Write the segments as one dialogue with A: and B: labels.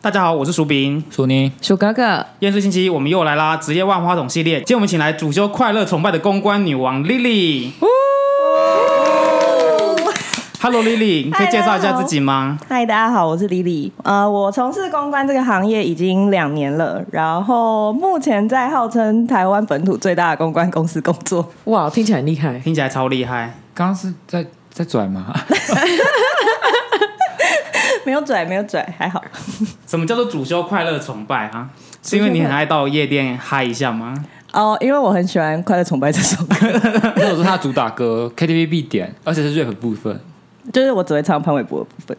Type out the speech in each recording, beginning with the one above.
A: 大家好，我是薯饼。
B: 苏妮，
C: 鼠哥哥，
A: 厌世星期一我们又来啦，职业万花筒系列。今天我们请来主修快乐崇拜的公关女王 Lily。Hello Lily，你可以介绍一下自己吗？
D: 嗨，大家好，我是李李。呃，我从事公关这个行业已经两年了，然后目前在号称台湾本土最大的公关公司工作。
C: 哇，听起来很厉害。
A: 听起来超厉害，
B: 刚刚是在在拽吗？
D: 没有拽，没有拽，还好。
A: 什么叫做主修快乐崇拜啊？是因为你很爱到夜店嗨一下吗？
D: 哦，因为我很喜欢《快乐崇拜》这首歌，
B: 那我说他主打歌 KTV 必点，而且是 rap 部分。
D: 就是我只会唱潘玮柏的部分。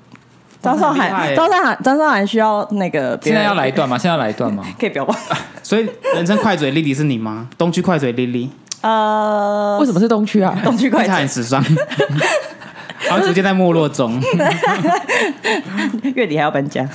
D: 张韶
A: 很厉害
D: 涵，
A: 欸
D: 张韶涵，张韶涵需要那个别
B: 现
D: 人
B: 在要来一段吗？现在要来一段吗？
D: 可以不要忘。
A: 所以人称快嘴 Lily 是你吗？东区快嘴 Lily，
D: 呃，
C: 为什么是东区啊？
D: 东区
A: 看
D: 快
A: 起来很时尚，然后逐渐在没落中。
D: 月底还要搬家？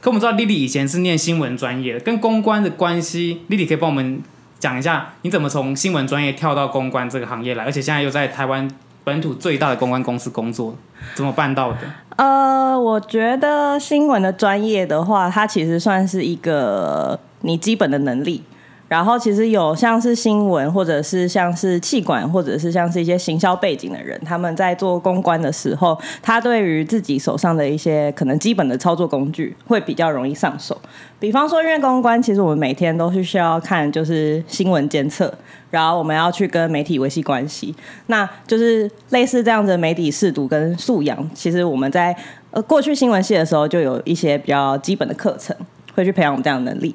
A: 可我们知道丽丽以前是念新闻专业的，跟公关的关系，丽丽可以帮我们讲一下，你怎么从新闻专业跳到公关这个行业来，而且现在又在台湾本土最大的公关公司工作，怎么办到的？
D: 呃，我觉得新闻的专业的话，它其实算是一个你基本的能力。然后其实有像是新闻，或者是像是气管，或者是像是一些行销背景的人，他们在做公关的时候，他对于自己手上的一些可能基本的操作工具会比较容易上手。比方说，因为公关其实我们每天都是需要看就是新闻监测，然后我们要去跟媒体维系关系，那就是类似这样子的媒体试读跟素养，其实我们在呃过去新闻系的时候就有一些比较基本的课程，会去培养我们这样的能力。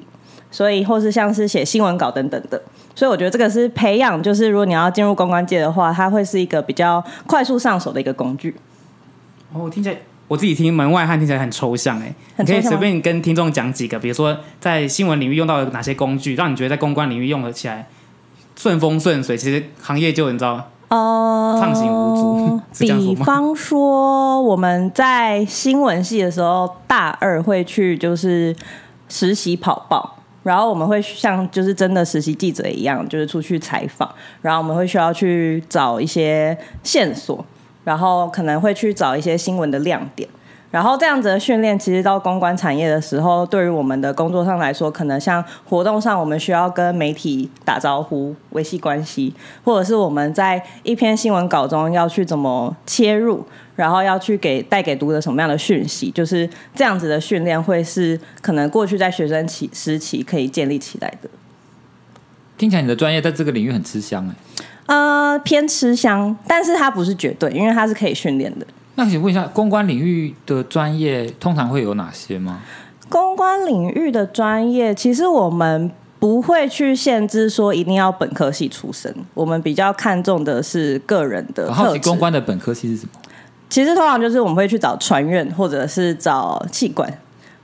D: 所以或是像是写新闻稿等等的。所以我觉得这个是培养，就是如果你要进入公关界的话，它会是一个比较快速上手的一个工具。
A: 哦，听起来我自己听门外汉听起来很抽象哎，你
D: 很抽
A: 可以
D: 象吗
A: 随便跟听众讲几个，比如说在新闻领域用到的哪些工具，让你觉得在公关领域用得起来顺风顺水，其实行业就你知道
D: 呃，
A: 畅行无 阻是这样说吗
D: 比方说，我们在新闻系的时候，大二会去就是实习跑报，然后我们会像就是真的实习记者一样，就是出去采访，然后我们会需要去找一些线索，然后可能会去找一些新闻的亮点。然后这样子的训练，其实到公关产业的时候，对于我们的工作上来说，可能像活动上，我们需要跟媒体打招呼、维系关系，或者是我们在一篇新闻稿中要去怎么切入，然后要去给带给读者什么样的讯息，就是这样子的训练会是可能过去在学生期时期可以建立起来的。
B: 听起来你的专业在这个领域很吃香哎。
D: 呃，偏吃香，但是它不是绝对，因为它是可以训练的。
B: 那请问一下，公关领域的专业通常会有哪些吗？
D: 公关领域的专业，其实我们不会去限制说一定要本科系出身，我们比较看重的是个人的
B: 我好
D: 特
B: 奇
D: 质
B: 公。关的本科系是什么？
D: 其实通常就是我们会去找船院，或者是找气管，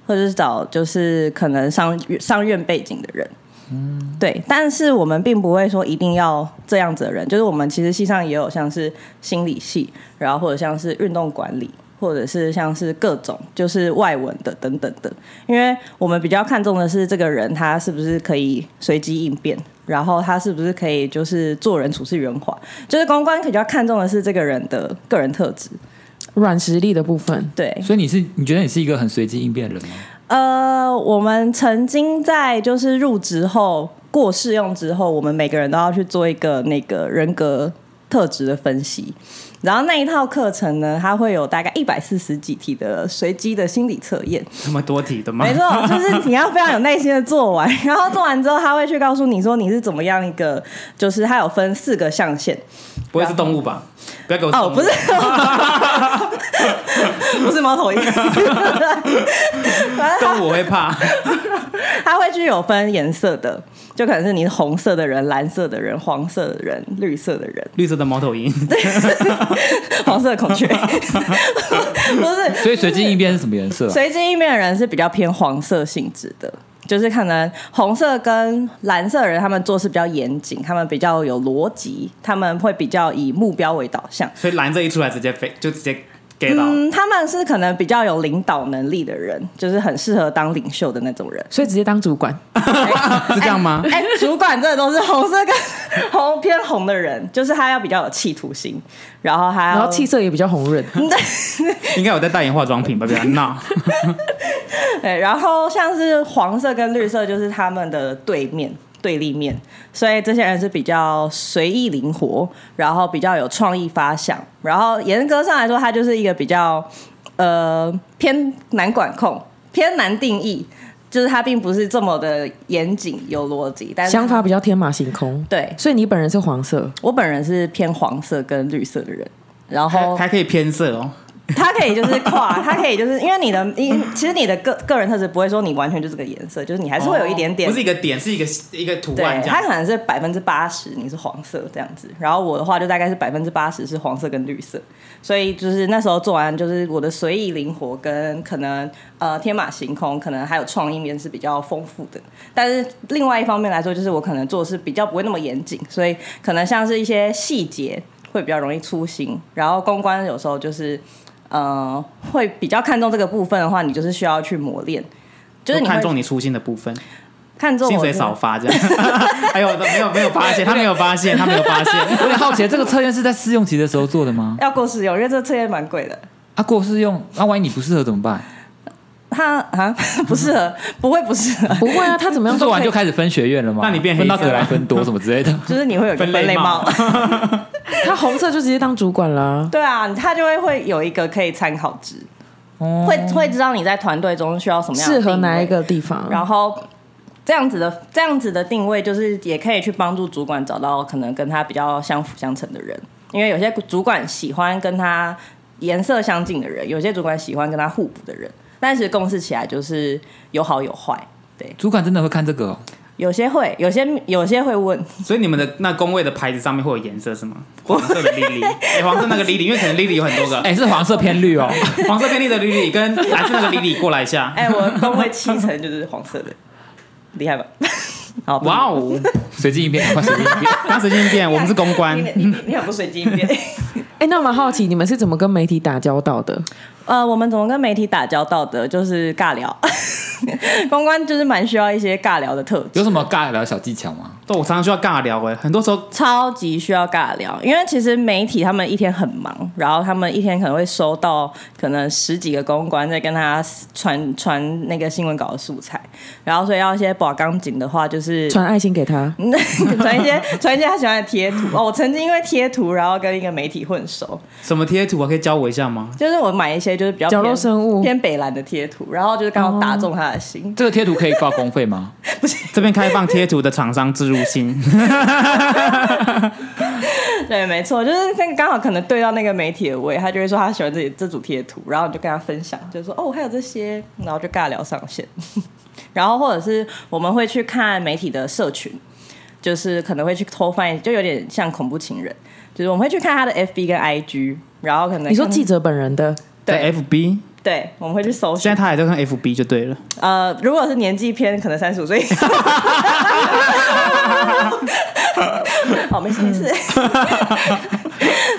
D: 或者是找就是可能商商院背景的人。嗯，对，但是我们并不会说一定要这样子的人，就是我们其实系上也有像是心理系，然后或者像是运动管理，或者是像是各种就是外文的等等的，因为我们比较看重的是这个人他是不是可以随机应变，然后他是不是可以就是做人处事圆滑，就是公关比较看重的是这个人的个人特质。
C: 软实力的部分，。
D: 对，
B: 所以你是你觉得你是一个很随机应变的人吗？
D: 呃，我们曾经在就是入职后过试用之后，我们每个人都要去做一个那个人格特质的分析。然后那一套课程呢，它会有大概一百四十几题的随机的心理测验，
A: 这么多题的吗？
D: 没错，就是你要非常有耐心的做完， 然后做完之后，他会去告诉你说你是怎么样一个，就是它有分四个象限，
A: 不会是动物吧？不要给我是
D: 哦，
A: 动物
D: 不 是，不是猫头鹰，反正
A: 动物我会怕。
D: 它会具有分颜色的，就可能是你是红色的人、蓝色的人、黄色的人、绿色的人、
A: 绿色的猫头鹰，
D: 黄色的孔雀，不是
B: 所以随机应变是什么颜色啊？
D: 随机应变的人是比较偏黄色性质的，就是可能红色跟蓝色的人他们做事比较严谨，他们比较有逻辑，他们会比较以目标为导向。
A: 所以蓝色一出来直接飞，就直接给到、
D: 嗯，他们是可能比较有领导能力的人，就是很适合当领袖的那种人
C: 所以直接当主
B: 哦
C: 管，
A: 是这样吗？
D: 哎、主管这都是红色跟红偏红的人，就是他要比较有企图心，然后还要
C: 然后气色也比较红 润，
A: 应该有在代言化妆品吧？不要 闹。
D: 对，然后像是黄色跟绿色就是他们的对面对立面，所以这些人是比较随意灵活，然后比较有创意发想，然后严格上来说，他就是一个比较呃偏难管控、偏难定义，就是他并不是这么的严谨有逻辑，但是
C: 想法比较天马行空。
D: 对
C: 所以你本人是黄色，
D: 我本人是偏黄色跟绿色的人，然
A: 还
D: 后
A: 还可以偏色哦，
D: 它可以就是 跨，它可以就是因为你的，因其实你的个个人特质不会说你完全就是个颜色，就是你还是会有一点点，
A: 哦不是一个点，是一个一个图案
D: 对，
A: 这
D: 它
A: 样。
D: 可能是百分之八十你是黄色这样子，然后我的话就大概是百分之八十是黄色跟绿色，所以就是那时候做完就是我的随意灵活跟可能呃天马行空，可能还有创意面是比较丰富的，但是另外一方面来说，就是我可能做事比较不会那么严谨，所以可能像是一些细节会比较容易粗心，然后公关有时候就是。呃，会比较看重这个部分的话，你就是需要去磨练，就是你
A: 我
D: 会
A: 看中你粗心的部分，
D: 看重我
A: 薪水
D: 这个
A: 少发这 样。 还有没有没有发现？他没有发现，他没有发现。
B: 有点好奇，这个测验是在试用期的时候做的吗？
D: 要过试用，因为这个测验蛮贵的。
B: 啊，过试用，那、万一你不适合怎么办？
D: 他啊， 不适 合，不会不适合，。
C: 不会啊，他怎么样
B: 做 完就
C: 看，
B: 开始分学院了吗？
A: 那你变黑
B: 分到
A: 色了
B: 格莱芬多什么之类的
D: 就是你会有一个
A: 分类
D: 分类
A: 帽
D: 帽。
C: 他红色就直接当主管啦。
D: 对啊，他就会会有一个可以参考值，
B: 哦
D: 会会知道你在团队中需要什么样的
C: 适合哪
D: 定位
C: 一，个地方？
D: 然后。这样子的这样子的定位，就是也可以去帮助主管找到可能跟他比较相辅相成的人，因为有些主管喜欢跟他颜色相近的人，有些主管喜欢跟他互补的人，但是共事起来就是有好有坏，对，
B: 主管真的会看这个、哦？
D: 有些会，有些有些会问，
A: 所以你们的那工位的牌子上面会有颜色是吗？黄色的 Lily，哎，黄色那个 Lily，因为可能 Lily 有很多个，
B: 哎、是黄色偏绿哦。
A: 黄色便利的 Lily 跟蓝色那个 Lily 过来一下。
D: 哎、我工位七成就是黄色的， 厉害吧？ 好，不
A: 哇哦，
B: 随机应变，快随机 应变。
A: 当时性变，我们是公关
D: 你， 你你你很不随机 应变。
C: 哎、那我蛮好奇，你们是怎么跟媒体打交道的？
D: 呃，我们怎么跟媒体打交道的？就是尬聊， 公关就是蛮需要一些尬聊的特质，
B: 有什么尬聊小技巧吗？
A: 对我常常需要尬聊哎，很多时候
D: 超级需要尬聊，因为其实媒体他们一天很忙，然后他们一天可能会收到可能十几个公关在跟他传传那个新闻稿的素材，然后所以要一些保钢筋的话，就是
C: 传爱心给他，
D: 传一些传一些他喜欢的贴图哦。我曾经因为贴图，然后跟一个媒体混熟，
A: 什么贴图啊，可以教我一下吗？
D: 就是我买一些就是比较
C: 角落
D: 偏
C: 生物
D: 偏北蓝的贴图，然后就是刚好打中他的心。
B: 这个贴图可以报公费吗？
A: 这边开放贴图的厂商植入 性，
C: 哦
D: 对，没错，就是那个刚好可能对到那个媒体的位，他就会说啊他喜欢这这组贴图，然后你就跟他分享，就说哦，我还有这些，然后就尬聊上线。 然后或者是我们会去看媒体的社群，就是可能会去偷翻，就有点像恐怖情人，就是我们会去看他的 FB 跟 IG，然后可能
C: 你说
D: 看
C: 记者本人的，
A: 在
D: 对
A: FB，
D: 对，我们会去搜
A: 现
D: 寻
A: 在。他还在看 FB 就对了。
D: 呃，如果是年纪偏，可能三十五岁 以上。哦，没事没事。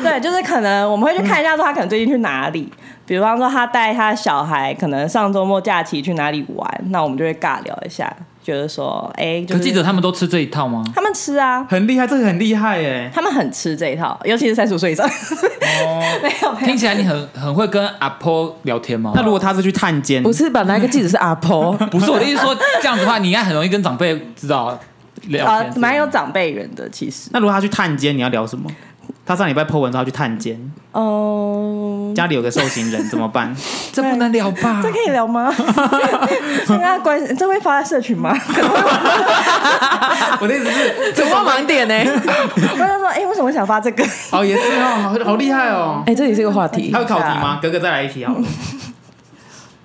D: 对，就是可能我们会去看一下，说他可能最近去哪里。比方说，他带他小孩，可能上周末假期去哪里玩，那我们就会尬聊一下，觉得说，哎、就
B: 可
D: 是
B: 记者他们都吃这一套吗？
D: 他们吃啊，
A: 很厉害，这个很厉害哎！
D: 他们很吃这一套，尤其是三十五岁以上。 没有没有，
B: 哦听起来你很很会跟阿婆聊天吗？
A: 那如果他是去探监，
C: 不是本来一个记者是阿 婆，
B: 不是我的意思说，这样子的话，你应该很容易跟长辈知道聊
D: 呃
B: 天，之类的。
D: 蛮有长辈缘的，其实。
A: 那如果他去探监，你要聊什么？他上礼拜 po 文说他去探监，
B: 哦
D: 嗯、
A: 家里有个受刑人怎么办？
B: 这不能聊吧？
D: 这可以聊吗？这跟他关系，这会发在社群吗？
A: 我的意思是，
C: 怎么盲点呢、
D: 我就说，哎、为什么想发这个？
A: 哦也是哦，好好厉害哦啊
C: 哎、。这里是个话题
A: 还。有考题吗？哥哥再来一题好了。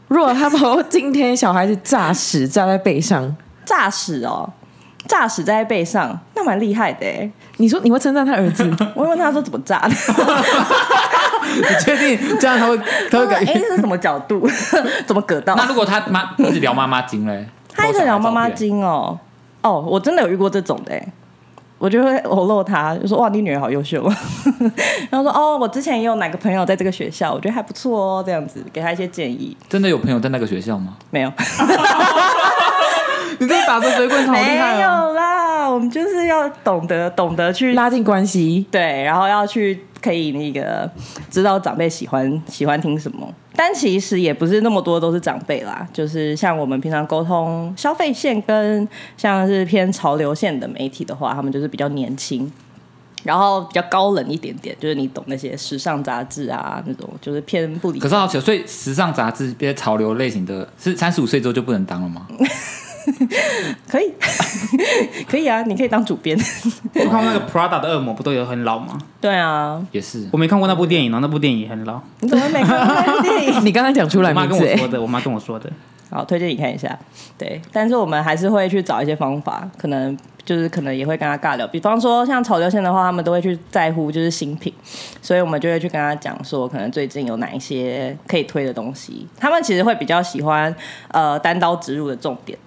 C: 如果他把今天小孩子炸死，炸在背上，
D: 诈死哦，诈死在背上，那蛮厉害的哎。
C: 你说你会称赞他儿 子？
D: 我会问他说怎么炸的，
A: 你确定这样他会他
D: 他
A: 会
D: 说
A: 感
D: 哎、
A: 觉？
D: 这是什么角度， 怎么割到？
B: 那如果他妈一直聊妈妈经嘞？
D: 他一直聊妈妈，经哦，哦，我真的有遇过这种的哎。我就会偶漏他，就说哇，你女儿好优 秀，然后说哦，我之前也有哪个朋友在这个学校，我觉得还不错哦，这样子给他一些建议。
B: 真的有朋友在那个学校吗？
D: 没有，
A: 你这打着水棍好厉害
D: 没
A: 哦！
D: 有啦，我们就是要懂得懂得去
C: 拉近关系。
D: 对，然后要去可以那个知道长辈喜欢喜欢听什么，但其实也不是那么多都是长辈啦，就是像我们平常沟通消费线跟像是偏潮流线的媒体的话，他们就是比较年轻。然后比较高冷一点点，就是你懂那些时尚杂志啊，那种就是偏不理。
B: 可是好巧，所以时尚杂志、别潮流类型的，是三十五岁之后就不能当了吗？
D: 可以， 可以啊，你可以当主编。
A: 我看过那个 Prada 的恶魔，不都有很老吗？
D: 对啊，
B: 也是，
A: 我没看过那部电影哦，那部电影也很老。
D: 你怎么没看过那部电影？
C: 你刚刚讲出来
A: 我妈
C: 名
A: 跟
C: 字、
A: 我
C: 欸
A: 说，的，我妈跟我说的。
D: 好，推荐你看一下。对，但是我们还是会去找一些方法，可能就是可能也会跟他尬聊。比方说像潮流线的话，他们都会去在乎就是新品，所以我们就会去跟他讲说，可能最近有哪一些可以推的东西。他们其实会比较喜欢呃单刀直入的重点。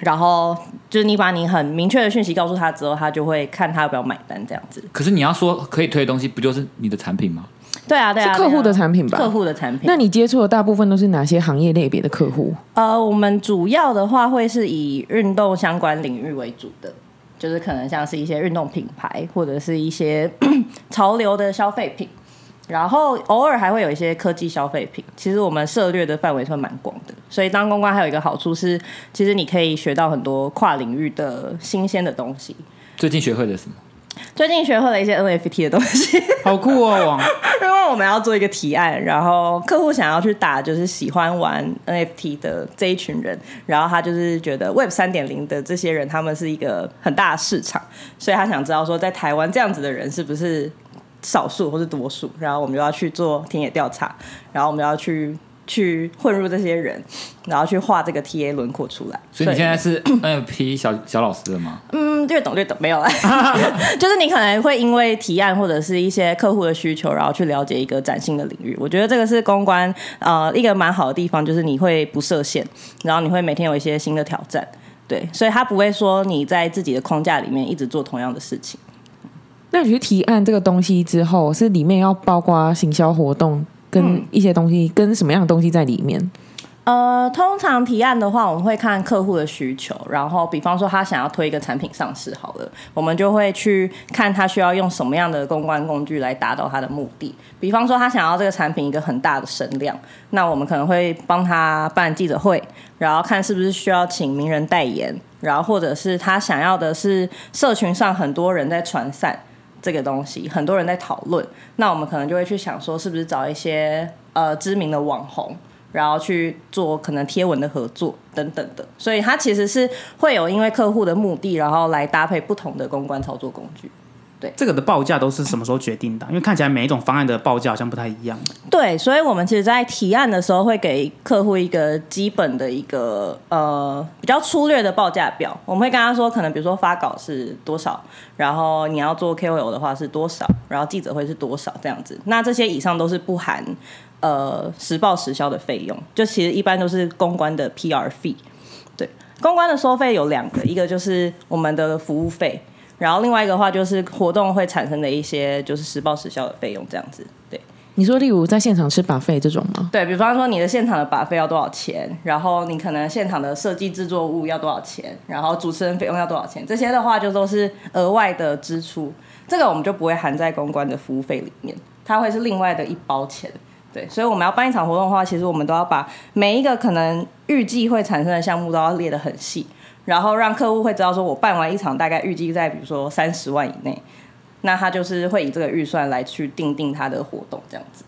D: 然后就是你把你很明确的讯息告诉他之后，他就会看他要不要买单这样子。
B: 可是你要说可以推的东西，不就是你的产品吗？
D: 对啊，对啊，
C: 是客户的
D: 对啊
C: 产品吧
D: 客户的产品。
C: 那你接触的大部分都是哪些行业类别的客户？
D: 呃，我们主要的话会是以运动相关领域为主的，就是可能像是一些运动品牌或者是一些 潮流的消费品，然后偶尔还会有一些科技消费品。其实我们涉略的范围算蛮广的，所以当公关还有一个好处是，其实你可以学到很多跨领域的新鲜的东西。
B: 最近学会了什么？
D: 最近学会了一些 NFT 的东西。
A: 好酷哦！
D: 因为我们要做一个提案，然后客户想要去打，就是喜欢玩 NFT 的这一群人，然后他就是觉得 Web 三点零的这些人，他们是一个很大的市场，所以他想知道说，在台湾这样子的人是不是少数或是多数，然后我们就要去做田野调查，然后我们要去去混入这些人，然后去画这个 TA 轮廓出来。
B: 所以你现在是 NFP 小小老师的吗？
D: 嗯，略懂略懂，没有啦， 就是你可能会因为提案或者是一些客户的需求，然后去了解一个崭新的领域。我觉得这个是公关呃一个蛮好的地方，就是你会不设限，然后你会每天有一些新的挑战，对，所以他不会说你在自己的框架里面一直做同样的事情。
C: 那你去提案这个东西之后，是里面要包括行销活动跟一些东西，跟什么样的东西在里面？
D: 呃，通常提案的话，我们会看客户的需求，然后比方说他想要推一个产品上市，好了，我们就会去看他需要用什么样的公关工具来达到他的目的。比方说他想要这个产品一个很大的声量，那我们可能会帮他办记者会，然后看是不是需要请名人代言，然后或者是他想要的是社群上很多人在传散。这个东西，很多人在讨论，那我们可能就会去想说，是不是找一些呃知名的网红，然后去做可能贴文的合作等等的，所以它其实是会有因为客户的目的，然后来搭配不同的公关操作工具。
A: 这个的报价都是什么时候决定的？因为看起来每一种方案的报价好像不太一样。
D: 对，所以我们其实，在提案的时候会给客户一个基本的一个呃比较粗略的报价表，我们会跟他说，可能比如说发稿是多少，然后你要做 KOL 的话是多少，然后记者会是多少这样子。那这些以上都是不含呃实报实销的费用，就其实一般都是公关的 PR 费。对，公关的收费有两个，一个就是我们的服务费。然后另外一个话就是活动会产生的一些就是实报实销的费用这样子，对。
C: 你说，例如在现场吃把费这种 吗？
D: 对比方说，你的现场的把费要多少钱，然后你可能现场的设计制作物要多少钱，然后主持人费用要多少钱，这些的话就都是额外的支出，这个我们就不会含在公关的服务费里面，它会是另外的一包钱。对，所以我们要办一场活动的话，其实我们都要把每一个可能预计会产生的项目都要列得很细，然后让客户会知道说，我办完一场大概预计在比如说三十万以内，那他就是会以这个预算来去定定他的活动这样子。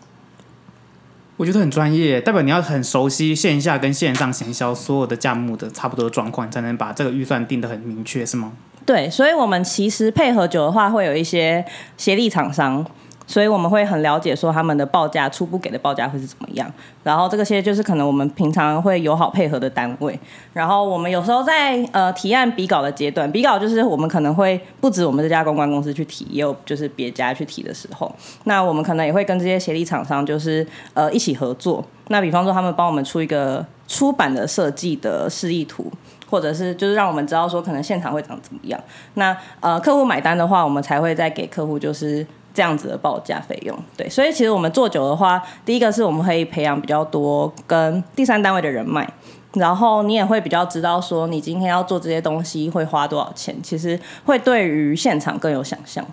A: 我觉得很专业，代表你要很熟悉线下跟线上行销所有的价目的差不多的状况，你才能把这个预算定得很明确，是吗？
D: 对，所以我们其实配合久的话，会有一些协力厂商，所以我们会很了解说他们的报价，初步给的报价会是怎么样。然后这个些就是可能我们平常会友好配合的单位。然后我们有时候在呃提案比稿的阶段，比稿就是我们可能会不止我们这家公关公司去提，也有就是别家去提的时候，那我们可能也会跟这些协力厂商就是呃一起合作。那比方说他们帮我们出一个出版的设计的示意图。或者是就是让我们知道说可能现场会长怎么样。那呃，客户买单的话，我们才会再给客户就是这样子的报价费用。对，所以其实我们做久的话，第一个是我们可以培养比较多跟第三单位的人脉。然后你也会比较知道说，你今天要做这些东西会花多少钱，其实会对于现场更有想象。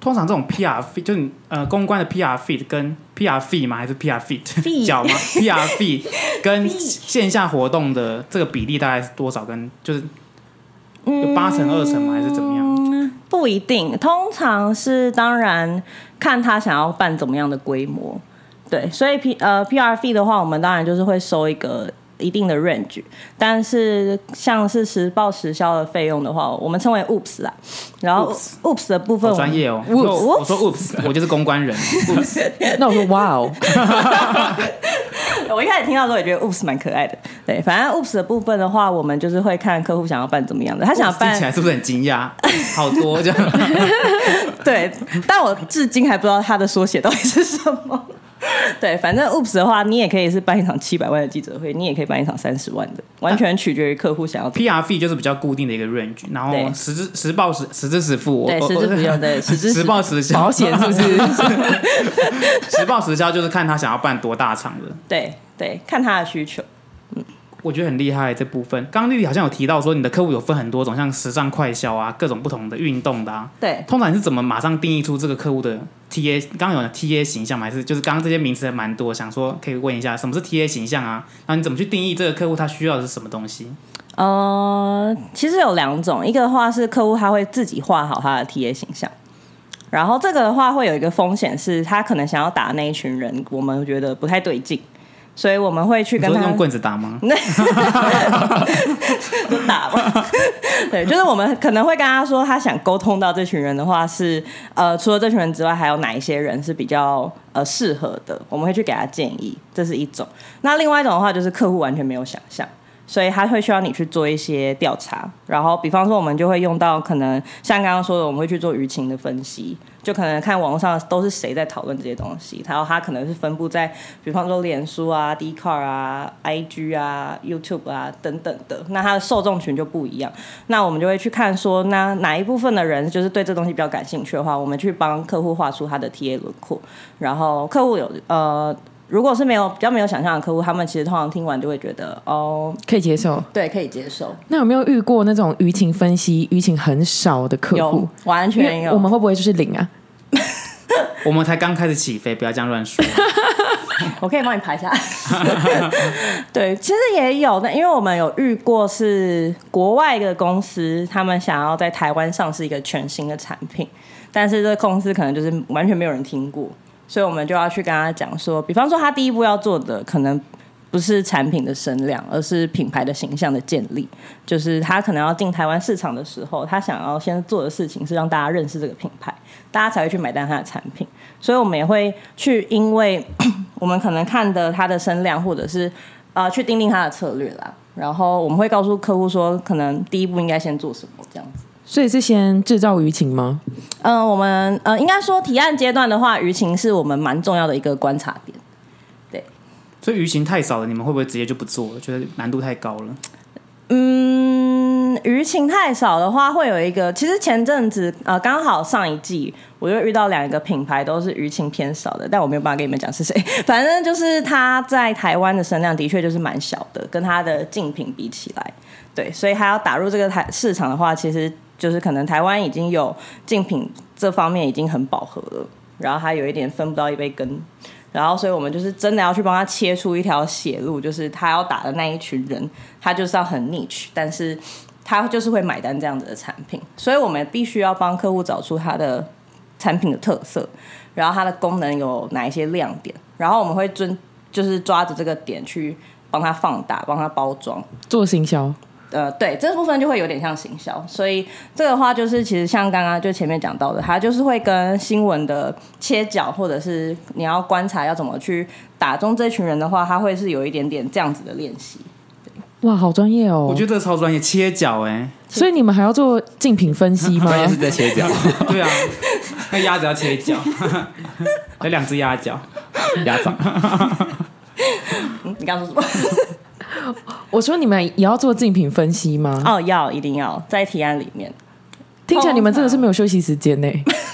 A: 通常这种 PR fit 就是你呃公关的 PR fit 跟 PR fee 吗？还是 PR fit 脚吗？PR fee 跟线下活动的这个比例大概是多少？跟就是有八成二成吗？还是怎么样？
D: 不一定，通常是当然看他想要办怎么样的规模。对，所以 P 呃 PR fee 的话，我们当然就是会收一个一定的 range，但是像是实报实销的费用的话，我们称为 oops 啊，然后 oops 的部分
A: 好
D: 我们
A: 专业哦！
C: Oops
A: 我我说 oops，我就是公关人。oops，
C: 那我说哇哦，
D: 我一开始听到的时候也觉得 Oops 蛮可爱的，对，反正 Oops 的部分的话，我们就是会看客户想要办怎么样的，他想要
A: 听起来
D: 办
A: 是不是很惊 讶？好多这样。
D: 对，但我至今还不知道他的缩写到底是什么。对，反正 Oops 的话，你也可以是办一场七百万的记者会，你也可以办一场三十万的，完全取决于客户想要怎么。
A: PR fee 就是比较固定的一个 range，然后
D: 对
A: 实支实报实实支实付，我
D: 对
A: 我
D: 实支不用对实支 实
A: 实报实销
C: 保险是不是？
A: 实报实销就是看他想要办多大场的，
D: 对对，看他的需求。
A: 我觉得很厉害这部分。刚刚丽丽好像有提到说，你的客户有分很多种，像时尚快销啊，各种不同的运动的啊。
D: 对，
A: 通常你是怎么马上定义出这个客户的 TA？刚刚有讲 TA 形象吗？还是就是刚刚这些名词还蛮多，想说可以问一下什么是 TA 形象啊？然后你怎么去定义这个客户他需要的是什么东西？
D: 呃，其实有两种，一个的话是客户他会自己画好他的 TA 形象，然后这个的话会有一个风险是，他可能想要打那一群人，我们觉得不太对劲，所以我们会去
A: 你
D: 跟
A: 说
D: 他
A: 用棍子打吗？
D: 就打吧。对，就是我们可能会跟他说，他想沟通到这群人的话是，呃，除了这群人之外，还有哪一些人是比较呃适合的，我们会去给他建议，这是一种。那另外一种的话，就是客户完全没有想象。所以他会需要你去做一些调查，然后比方说我们就会用到可能像刚刚说的，我们会去做舆情的分析，就可能看网络上都是谁在讨论这些东西，然后它可能是分布在比方说脸书啊、d c a r 啊、IG 啊、YouTube 啊等等的，那它的受众群就不一样。那我们就会去看说，那哪一部分的人就是对这东西比较感兴趣的话，我们去帮客户画出他的 TA 轮廓，然后客户有呃。如果是没有比较没有想象的客户，他们其实通常听完就会觉得哦，
C: 可以接受。
D: 对， 可以接受。
C: 那有没有遇过那种舆情分析舆情很少的客户
D: 有？，完
C: 因
D: 全
C: 为
D: 有。
C: 我们会不会就是零啊？
A: 我们才刚开始起飞，不要这样乱说。
D: 我可以帮你排一下。 对，其实也有的，因为我们有遇过是国外的公司，他们想要在台湾上市一个全新的产品，但是这个公司可能就是完全没有人听过，所以我们就要去跟他讲说，比方说他第一步要做的可能。不是产品的声量，而是品牌的形象的建立。就是他可能要进台湾市场的时候，他想要先做的事情是让大家认识这个品牌，大家才会去买单他的产品。所以我们也会去，因为我们可能看的它的声量，或者是呃去定定它的策略啦。然后我们会告诉客户说，可能第一步应该先做什么这样子。
C: 所以是先制造舆情吗？
D: 嗯、我们呃应该说提案阶段的话，舆情是我们蛮重要的一个观察点。
A: 所以舆情太少了，你们会不会直接就不做了？觉得难度太高了？
D: 嗯，舆情太少的话，会有一个。其实前阵子呃，刚好上一季我就遇到两个品牌都是舆情偏少的，但我没有办法跟你们讲是谁。 反正就是它在台湾的声量的确就是蛮小的，跟它的竞品比起来，对，所以它要打入这个台市场的话，其实就是可能台湾已经有竞品这方面已经很饱和了，然后它有一点分不到一杯羹。然后，所以我们就是真的要去帮他切出一条血路，就是他要打的那一群人，他就是要很 niche，但是他就是会买单这样子的产品，所以我们必须要帮客户找出他的产品的特色，然后它的功能有哪一些亮点，然后我们会遵就是抓着这个点去帮他放大，帮他包装。
C: 做行销，
D: 呃，对，这部分就会有点像行销，所以这个话就是其实像刚刚就前面讲到的，它就是会跟新闻的切角，或者是你要观察要怎么去打中这群人的话，它会是有一点点这样子的练习。
C: 哇，好专业哦！
A: 我觉得这个超专业，切角哎、
C: 所以你们还要做竞品分析 吗？
B: 专业是在切角，
A: 对啊，那鸭子要切角， 有两只鸭脚。
B: 鸭掌。
D: 嗯你刚刚说什么？
C: 我说你们也要做竞品分析吗？
D: 哦，要一定要在提案里面。
C: 听起来你们真的是没有休息时间呢、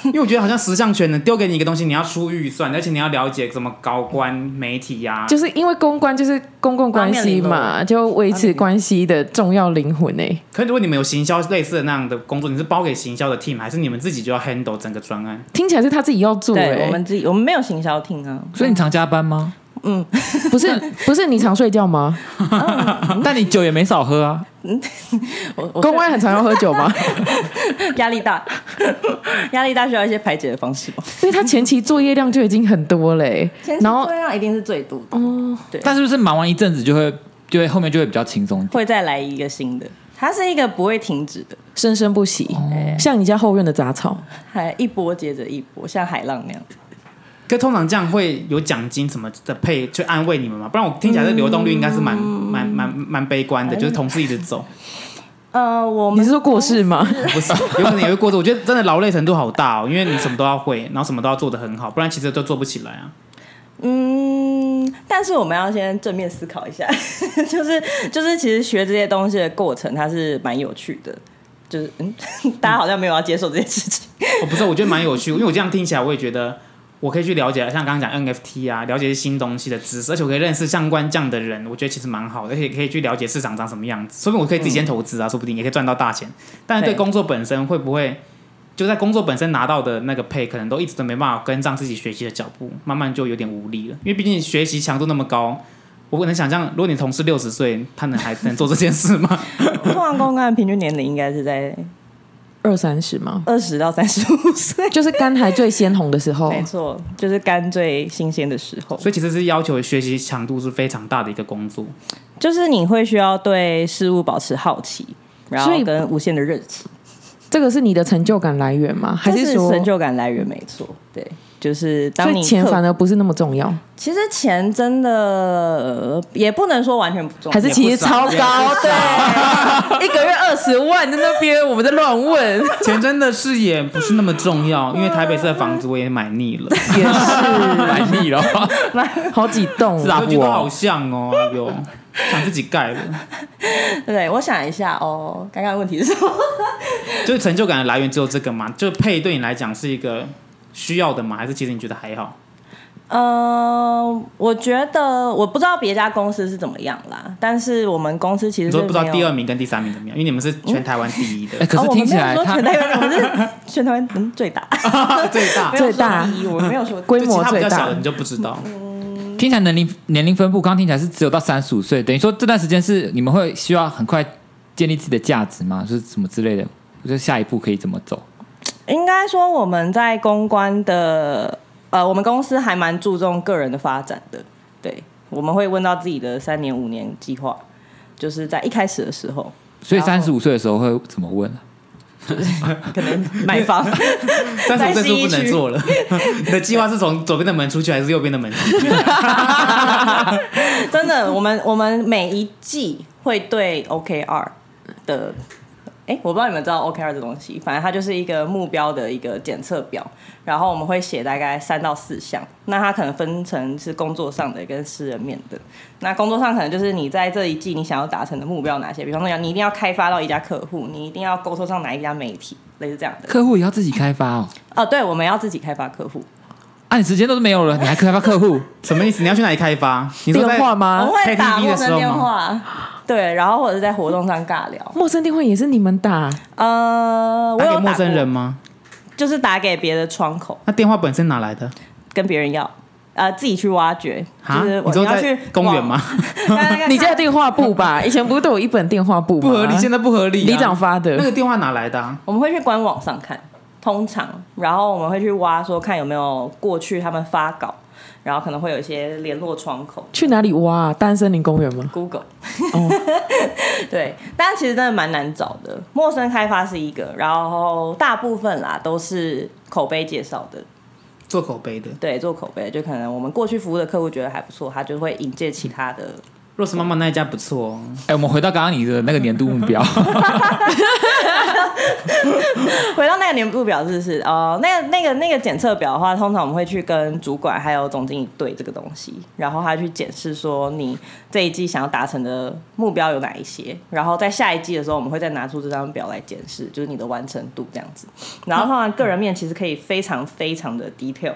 A: 因为我觉得好像十项全能，丢给你一个东西，你要出预算，而且你要了解什么高官媒体呀、
C: 就是因为公关就是公共关系嘛，就维持关系的重要灵魂呢、
A: 可如果你们有行销类似的那样的工作，你是包给行销的 team，还是你们自己就要 handle 整个专案？
C: 听起来是他自己要做哎、
D: 对我们自己，我们没有行销厅啊，
B: 所以你常加班吗？
C: 不是不是你常睡觉吗？
B: 但你酒也没少喝啊。
D: 我我
C: 公关很常要喝酒吗？
D: 压力大， 压力大需要一些排解的方式吧。
C: 因为他前期作业量就已经很多嘞、然
D: 然后
C: 后
D: 这样一定是最多的，
B: 但是不是忙完一阵子就会，就会后面就会比较 轻松一点？
D: 会再来一个新的。它是一个不会停止的，
C: 生生不息，像你家后院的杂草。
D: 还一波接着一波，像海浪那样。
A: 可通常这样会有奖金什么的配去安慰你们吗？不然我听起来这流动率应该是蛮
C: 嗯
A: 蛮蛮蛮悲观的，就是同事一直走，
D: 呃，我
C: 你
D: 们
C: 是说过世吗？
A: 不是 有可能也会过着。我觉得真的劳累程度好大哦，因为你什么都要会，然后什么都要做得很好，不然其实都做不起来啊。
D: 嗯，但是我们要先正面思考一下， 就是就是，其实学这些东西的过程，它是蛮有趣的。就是嗯， 大家好像没有要接受这件事情。
A: 我不是，我觉得蛮有趣，因为我这样听起来，我也觉得我可以去了解，像刚刚讲 NFT 啊，了解一些新东西的知识，而且我可以认识相关这样的人，我觉得其实蛮好的，而且可以去了解市场长什么样子，说不定我可以自己先投资啊，说不定也可以赚到大钱。但是对
D: 对
A: 工作本身会不会？就在工作本身拿到的那个配，可能都一直都没办法跟上自己学习的脚步，慢慢就有点无力了。因为毕竟学习强度那么高，我不能想象，如果你同事六十岁，他能还能做这件事吗？
D: 通常公关的平均年龄应该是在
C: 二三十吗？
D: 二十到三十五 岁，
C: 就是肝还最鲜红的时候，
D: 没错，就是肝最新鲜的时候。
A: 所以其实是要求学习强度是非常大的一个工作。
D: 就是你会需要对事物保持好奇，然
C: 所
D: 后
C: 以
D: 跟无限的热情，
C: 这个是你的成就感来源吗？还
D: 这是
C: 说，
D: 成就感来源没错。对，就是
C: 所
D: 当
C: 以
D: 你
C: 钱
D: 克
C: 反而不是那么重要，
A: 啊
D: 其实钱真的、呃也不能说完全不重要，
C: 还是其实超高？ 对，一个月二十万在那边，我们在乱 问，
A: 钱真的是也不是那么重要，因为台北市的房 子我也买腻了，
C: 也是
B: 来 腻了，
C: 好哦几栋
B: 是。啊
A: 我觉得好像哦，有想自己盖了，
D: 对，我想一下哦，刚刚问题是什么？
A: 就是成就感的来源只有这个嘛？就配对你来讲是一个需要的吗？还是其实你觉得还好？
D: 呃，我觉得我不知道别家公司是怎么样啦，但是我们公司其实
A: 你
D: 是
A: 说不知道
D: 没有
A: 第二。名跟第三名怎么样？因为你们是全台湾第 一的
B: 哎，，可
D: 哦，
B: 是
D: 我
B: 听
D: 们
B: 起
D: 没
B: 来
D: 有说
B: 他
D: 全台湾，我们是全台湾嗯最大，
A: 最大
D: 没有说
C: 最大
D: 第一，我们没有 说
C: 规
A: 就
C: 模
A: 其他比
C: 最
A: 较小
C: 大
A: 的，你就不知道。
B: 听起来年龄年龄分布，刚刚听起来是只有到三十五岁，等于说这段时间是你们会需要很快建立自己的价值吗？就是什么之类的？就下一步可以怎么走？
D: 应该说我们在公关的，呃，我们公司还蛮注重个人的发展的。对，我们会问到自己的三年、五年计划，就是在一开始的时候，
B: 所以
D: 然
B: 三
D: 后
B: 十五岁的时候会怎么问啊？
D: 可能买房，
A: 三十岁是
D: 西
A: 不能
D: 区
A: 做了，你的计划是从左边的门出去还是右边的门出去？
D: 真的，我们我们每一季会对 OKR 的，哎、我不知道你们知道 OKR 这东西，反正它就是一个目标的一个检测表，然后我们会写大概三到四项，那它可能分成是工作上的跟私人面的。那工作上可能就是你在这一季你想要达成的目标有哪些，比方说你一定要开发到一家客户，你一定要沟通上哪一家媒体，类似这样的。
B: 客户也要自己开发哦。
D: 哦，对，我们要自己开发客户，
B: 啊，你时间都是没有了，你还开发客户？
A: 什么意思？你要去哪里开发？你说在
C: 电话吗
A: 哦
D: 我？会打
A: KTV
D: 陌
A: 的时
D: 生
A: 候
D: 电
A: 吗
D: 话，对，然后或者是在活动上尬聊。
C: 陌生电话也是你们打，
D: 呃，我
A: 打给
D: 有
A: 陌
D: 过
A: 生人吗？
D: 就是打给别的窗口，
A: 那电话本身哪来的？
D: 跟别人要，呃，自己去挖掘，
A: 啊？
D: 就是
A: 你
D: 我
A: 说
D: 要去
A: 在公园 吗？
D: 网？
C: 你家有电话簿吧？ 以前不是都有一本电话簿吗？
A: 不合理，现在不合理、啊。
C: 里长发
A: 那
C: 的，
A: 个电话哪来的、啊？
D: 我们会去官网上看，通常，然后我们会去挖说看有没有过去他们发稿，然后可能会有一些联络窗口。
C: 去哪里挖啊？单森林公园吗？
D: Google，
C: 哦
D: 对，但其实真的蛮难找的。陌生开发是一个，然后大部分啦都是口碑介绍的，
A: 做口碑的。
D: 对，做口碑就可能我们过去服务的客户觉得还不错，他就会引荐其他的
A: Rose 妈妈那一家不错哦，
B: 哎、我们回到刚刚你的那个年度目标，
D: 回到那个年度表，是不是？哦、那个那个那个检测表的话，通常我们会去跟主管还有总经理对这个东西，然后他去检视说你这一季想要达成的目标有哪一些，然后在下一季的时候，我们会再拿出这张表来检视，就是你的完成度这样子。然后通常个人面其实可以非常非常的 detail，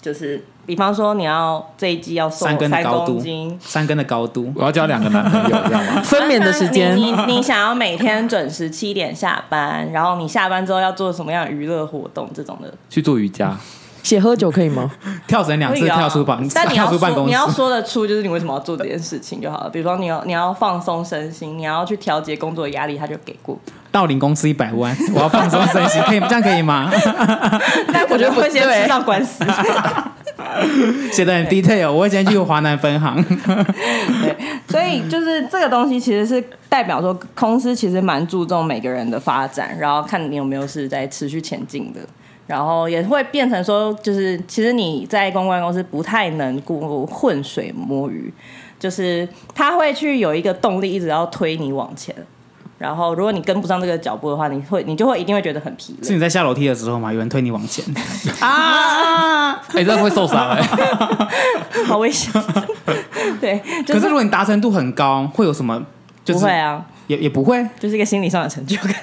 D: 就是比方说你要这一季要瘦
A: 三根的
D: 三
A: 高
D: 公
A: 度
D: 斤，，
A: 三根的高度，
B: 我要交两个男朋友，知道吗？
C: 分娩的时间
D: 你你你想要每天准时七点下班，然后你下班之后要做什么样的娱乐活动这种的，
B: 去做 瑜伽，
C: 写喝酒可以吗？
A: 跳绳两次
D: 可以啊
A: 跳出办，
D: 但你要
A: 跳出办
D: 说
A: 公
D: 你
A: 室，
D: 要说得出，就是你为什么要做这件事情就好了。比如说你要你要放松身心，你要去调节工作压力，他就给过。
A: 到领公司一百 万，我要放松身心，可以这样可以吗？
D: 但我觉得会 先吃上官司。
A: 写的很 detail，我以前去华南分行，
D: 所以就是这个东西其实是代表说，公司其实蛮注重每个人的发展，然后看你有没有是在持续前进的。然后也会变成说，就是其实你在公关公司不太能顾浑水摸鱼，就是他会去有一个动力一直要推你往前。然后如果你跟不上这个脚步的话，你会你就会一定会觉得很疲
A: 是
D: 累。
A: 你在下楼梯的时候嘛，有人推你往前，
D: 啊
B: 哎、这样会受伤、哎。
D: 好危险。对，
A: 可
D: 就
A: 是
D: 是
A: 如果你达成度很高，会有什么？就
D: 不
A: 是
D: 会啊，
A: 也也不会，
D: 就是一个心理上的成就感。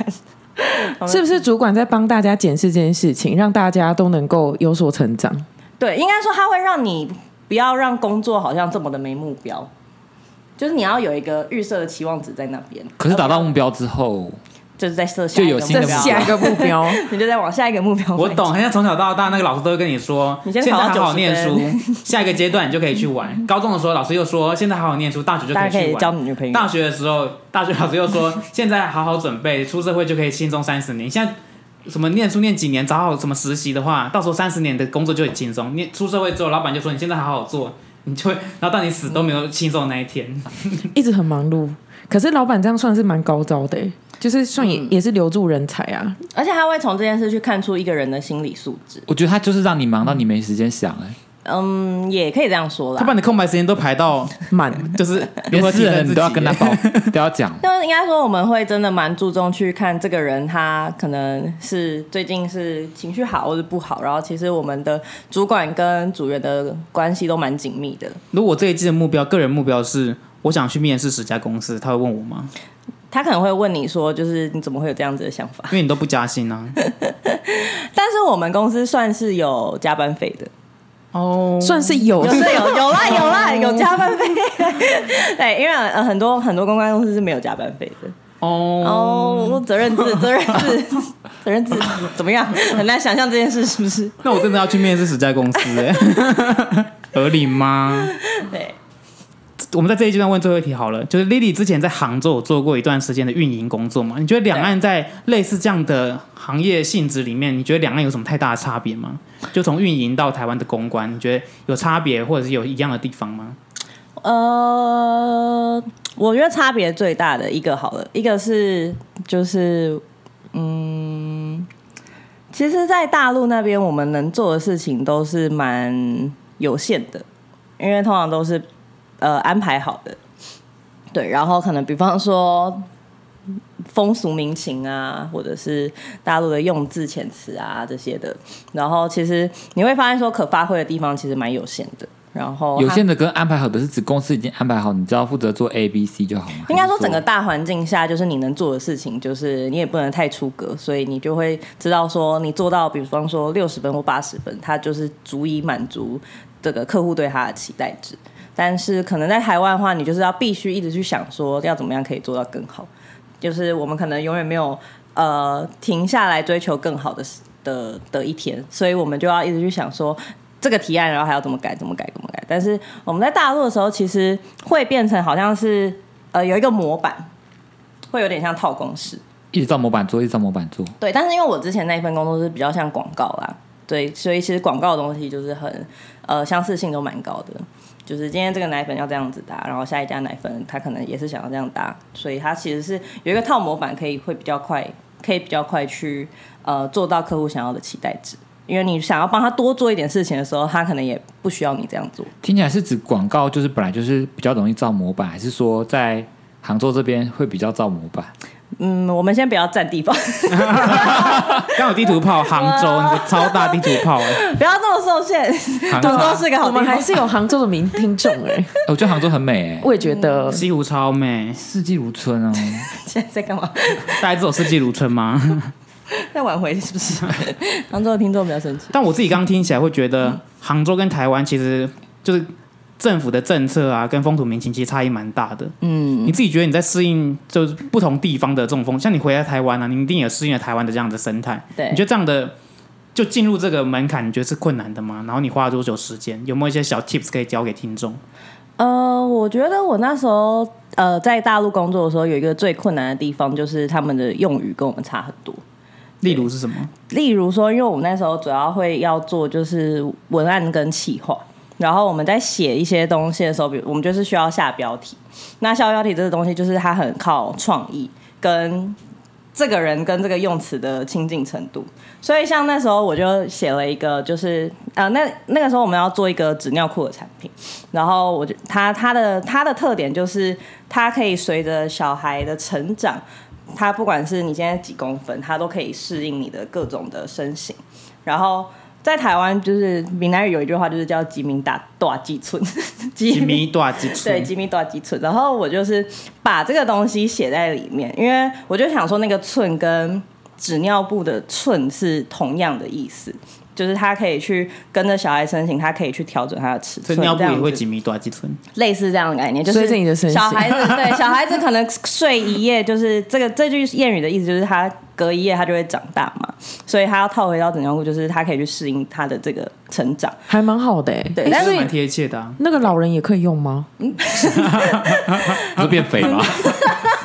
C: 是不是主管在帮大家检视这件事情，让大家都能够有所成长？
D: 对，应该说它会让你不要让工作好像这么的没目标，就是你要有一个预设的期望值在那边，呃
B: 可是达到目标之后，
D: 就是在设下一
B: 就有
D: 个
B: 新的
D: 目
B: 目
D: 标
B: 标
C: 一个目标，
D: 你就再往下一个目标。
A: 我懂，。很像从小到大那个老师都会跟你说，
D: 你先
A: 现在
D: 考到
A: 好好
D: 90
A: 念书
D: 分，
A: 下一个阶段你就可以去 玩。高中的时候老师又说，现在好好念书，大学就
D: 大家可
A: 去
D: 以交
A: 玩。
D: 你女朋友，
A: 大学的时候，大学老师又说，现在好好准备，出社会就可以轻松三十年。现在什么念书念几年，找好什么实习的话，到时候三十年的工作就很轻松。你出社会之后，老板就说你现在好好做，你就会，然后到你死都没有轻松的那一天。
C: 一直很忙碌。可是老板这样算是蛮高招的欸、就是算也、也是留住人才啊。
D: 而且他会从这件事去看出一个人的心理素质。
B: 我觉得他就是让你忙到你没时间想、哎，
D: 嗯，也可以这样说
A: 他
D: 啦。
A: 把你空白时间都排到，
C: 满
A: 就是如何提
B: 连私
A: 升
B: 人
A: 自
B: 你
A: 己
B: 都要跟他报， 都要讲。
D: 就是应该说，我们会真的蛮注重去看这个人，他可能是最近是情绪好或者不好。然后，其实我们的主管跟组员的关系都蛮紧密的。
A: 如果这一季的目标，个人目标是我想去面试十家公司，他会问我吗？
D: 他可能会问你说，就是你怎么会有这样子的想法？
A: 因为你都不加薪啊。
D: 但是我们公司算是有加班费的，
A: 哦，
C: 算是有
D: 有是有有啦有啦有加班费， 对，因为呃很多很多公关公司是没有加班费的。
A: 哦，
D: 哦，责任制责任制责任制怎么样？很难想象这件事是不是？
A: 那我真的要去面试十家公司哎、 合理吗？
D: 对，
A: 我们在这一阶段问最后一题好了，就是 Lily 之前在杭州有做过一段时间的运营工作嘛？你觉得两岸在类似这样的行业性质里面，你觉得两岸有什么太大的差别吗？就从运营到台湾的公关，你觉得有差别或者是有一样的地方吗？
D: 呃，我觉得差别最大的一个好了，一个是就是嗯，其实，在大陆那边，我们能做的事情都是蛮有限的，因为通常都是呃安排好的，对，然后可能比方说。风俗民情啊，或者是大陆的用字遣词啊这些的，然后其实你会发现说可发挥的地方其实蛮有限的，然后它
B: 有限的跟安排好的是指公司已经安排好，你只要负责做 A、B、C 就好吗？
D: 应该说
B: 还是
D: 整个大环境下，就是你能做的事情，就是你也不能太出格，所以你就会知道说，你做到比方说六十分或八十分，它就是足以满足这个客户对它的期待值。但是可能在台湾的话，你就是要必须一直去想说，要怎么样可以做到更好。就是我们可能永远没有呃停下来追求更好的事的的一天，所以我们就要一直去想说这个提案，然后还要怎么改，怎么改，怎么改。但是我们在大陆的时候，其实会变成好像是呃有一个模板，会有点像套公式。
B: 一直照模板做，一直照模板做。
D: 对，但是因为我之前那一份工作是比较像广告啦，对，所以其实广告的东西就是很呃相似性都蛮高的。就是今天这个奶粉要这样子搭，然后下一家奶粉它可能也是想要这样搭，所以它其实是有一个套模板，可以会比较快，可以比较快去呃做到客户想要的期待值。因因为你想要帮他多做一点事情的时候，他可能也不需要你这样做。
B: 听起来是指广告就是本来就是比较容易造模板，还是说在杭州这边会比较造模板？
D: 嗯，我们先不要占地方，
A: 刚有地图炮，杭州，你的超大地图炮，哎
D: 不要这么受限。
A: 杭
D: 杭
A: 州
D: 州是个好
C: 我
D: 地
C: 们还
D: 方，
C: 是有杭州的名听众哎、
B: 我觉得杭州很 美哎、
C: 我也觉得
A: 西湖超美，
B: 四季如春哦。
D: 现在在干嘛？
A: 大家只有四季如春吗？
D: 在挽回是不是？杭州的听众比较生气。
A: 但我自己刚听起来会觉得，
D: 嗯
A: 杭州跟台湾其实就是政府的政策啊，跟风土民情其实差异蛮大的。嗯，你自己觉得你在适应就是不同地方的这种风，像你回来台湾啊，你一定也适应了台湾的这样的生态。
D: 对
A: 你觉得这样的就进入这个门槛，你觉得是困难的吗？然后你花了多久时间？有没有一些小 tips 可以教给听众？
D: 呃，我觉得我那时候呃在大陆工作的时候，有一个最困难的地方就是他们的用语跟我们差很多。
A: 例如是什 么？
D: 例如说，因为我们那时候主要会要做就是文案跟企划，然后我们在写一些东西的时候，比如我们就是需要下标题。那下标题这个东西，就是它很靠创意跟这个人跟这个用词的亲近程度。所以像那时候我就写了一个，就是呃，那那个时候我们要做一个纸尿裤的产品，然后我就它它的它的特点就是它可以随着小孩的成长，它不管是你现在几公分，它都可以适应你的各种的身形。然后在台湾，就是闽南语有一句话，就是叫“吉米打大几寸”， 吉
A: 几米多几寸？
D: 对，吉米多几寸。然后我就是把这个东西写在里面，因为我就想说那个寸跟纸尿布的寸是同样的意思，就是它可以去跟着小孩身形，它可以去调整它的尺
A: 所
D: 寸，
A: 以尿布
D: 这样
A: 也会
D: 子
A: 几米多几寸？
D: 类似这样的概念，就
C: 随着你的身
D: 是
C: 形
D: 小孩子对小孩子可能睡一夜，就是这个这句谚语的意思，就是他隔一夜他就会长大嘛，所以他要套回到整尿裤，就是他可以去适应他的这个成长。
C: 还蛮好的哎、
D: 对
C: 诶
D: 但是
C: 所以
A: 蛮贴切的、啊。
C: 那个老人也可以用吗？
B: 不是变肥 吗？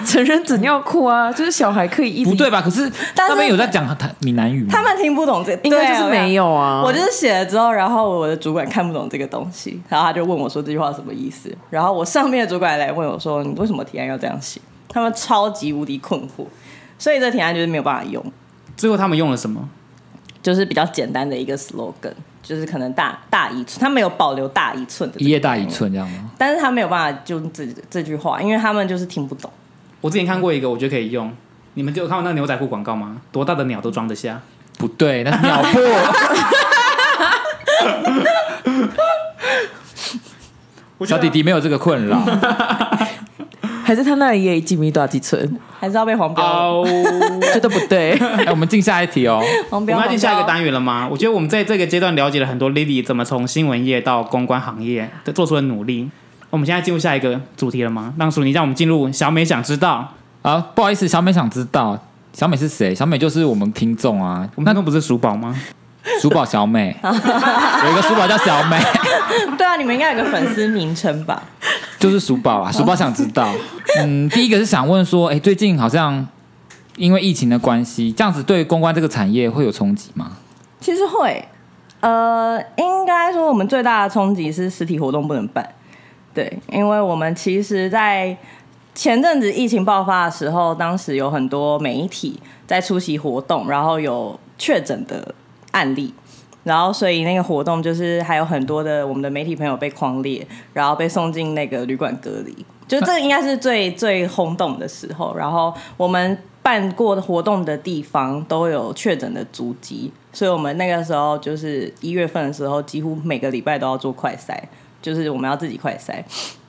C: 成人纸尿裤啊，就是小孩可以一直
B: 不对吧？可是
D: 但是
B: 那边有在讲台闽南语吗？
D: 他们听不懂这，
C: 应该就
D: 对
C: 是没。有
A: 嗯
C: 啊。
D: 我就是写了之后，然后我的主管看不懂这个东西，然后他就问我说这句话什么意思，然后我上面的主管来问我说你为什么提案要这样写？他们超级无敌困惑，所以这提案就是没有办法用。
A: 最后他们用了什么？
D: 就是比较简单的一个 slogan，就是可能大大一寸，他没有保留大一寸的这
B: 一
D: 个
B: 夜大
D: 概
B: 一
D: 念，
B: 寸这样吗？
D: 但是他没有办法就这这句话，因为他们就是听不懂。
A: 我之前看过一个，我觉得可以用。你们就有看过那个牛仔裤广告吗？多大的鸟都装得下。
B: 不对，那是尿布。小弟弟没有这个困扰，
C: 还是他那里也几米多少几寸，
D: 还是要被黄标了，
A: 哦，我
C: 觉得不对。
B: 哎，我们进下一题哦。
D: 黄标。
A: 们要进下一个
D: 黄标
A: 单元了吗？我觉得我们在这个阶段了解了很多 Lily 怎么从新闻业到公关行业的做出的努力。我们现在进入下一个主题了吗？让淑妮让我们进入小美想知道。
B: 啊，不好意思，小美想知道小美是谁？小美就是我们听众啊，
A: 我们刚刚不是鼠宝吗？
B: 鼠宝小美，有一个鼠宝叫小美，
D: 对啊，你们应该有个粉丝名称吧？
B: 就是鼠宝啊。鼠宝想知道，嗯，第一个是想问说，哎、最近好像因为疫情的关系，这样子对公关这个产业会有冲击吗？
D: 其实会，呃，应该说我们最大的冲击是实体活动不能办，对，因为我们其实，在前阵子疫情爆发的时候，当时有很多媒体在出席活动，然后有确诊的案例。然后，所以那个活动就是还有很多的我们的媒体朋友被框列，然后被送进那个旅馆隔离，就这个应该是最最轰动的时候。然后我们办过的活动的地方都有确诊的足迹，所以我们那个时候就是一月份的时候，几乎每个礼拜都要做快筛，就是我们要自己快筛。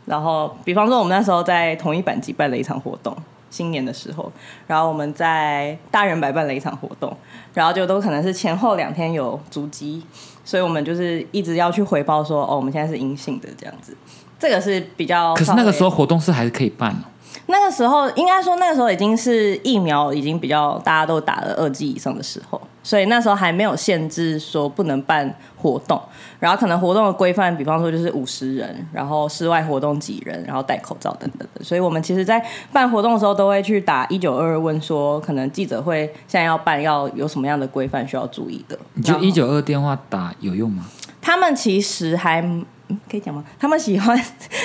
D: 然后，比方说我们那时候在同一板集办了一场活动，新年的时候，然后我们在大人百办了一场活动，然后就都可能是前后两天有足迹，所以我们就是一直要去回报说，哦，我们现在是阴性的这样子。这个是比较，
B: 可是那个时候活动是还是可以办哦。
D: 那个时候应该说，那个时候已经是疫苗已经比较大家都打了二剂以上的时候，所以那时候还没有限制说不能办活动，然后可能活动的规范，比方说就是五十人，然后室外活动几人，然后戴口罩等等的。所以我们其实，在办活动的时候都会去打一九二二问说，可能记者会现在要办要有什么样的规范需要注意的。
B: 你觉
D: 然后
B: 得一九二电话打有用 吗？
D: 他们其实还。嗯 可以讲吗？他们喜欢，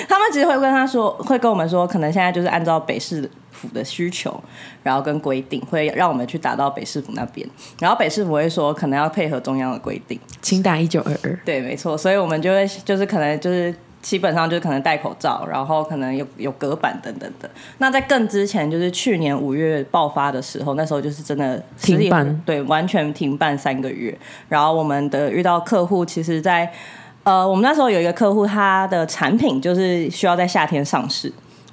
D: 他们其实会跟他说，会跟我们说，可能现在就是按照北市府的需求，然后跟规定，会让我们去打到北市府那边，然后北市府会说可能要配合中央的规定。
C: 请打一九二二。
D: 对，没错，所以我们就会就是可能就是基本上就是可能戴口罩，然后可能有有隔板等等的。那在更之前，就是去年五月爆发的时候，那时候就是真的
C: 停
D: 实体
C: 办
D: 对，完全停办三个月。然后我们的遇到客户，其实在呃，我们那时候有一个客户，他的产品就是需要在夏天上市，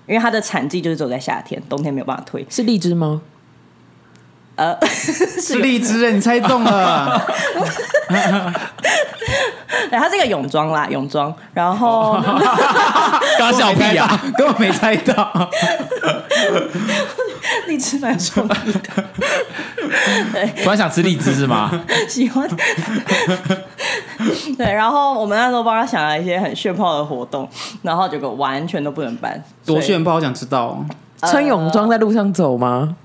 D: 因为它的产季就是只有在夏天，冬天没有办法推。
C: 是荔枝吗？
A: 是荔枝的，你猜中 了。
D: 对，哎它是一个泳装啦，泳装。然后
C: 哦
B: 刚笑屁呀、
A: 啊，根本没猜到。
D: 荔枝蛮重的，
B: 突然想吃荔枝是吗？
D: 喜欢。对，然后我们那时候帮他想了一些很炫炮的活动，然后结果完全都不能办，
A: 多
D: 所以
A: 炫炮，我想知道哦。
C: 穿泳装在路上走吗？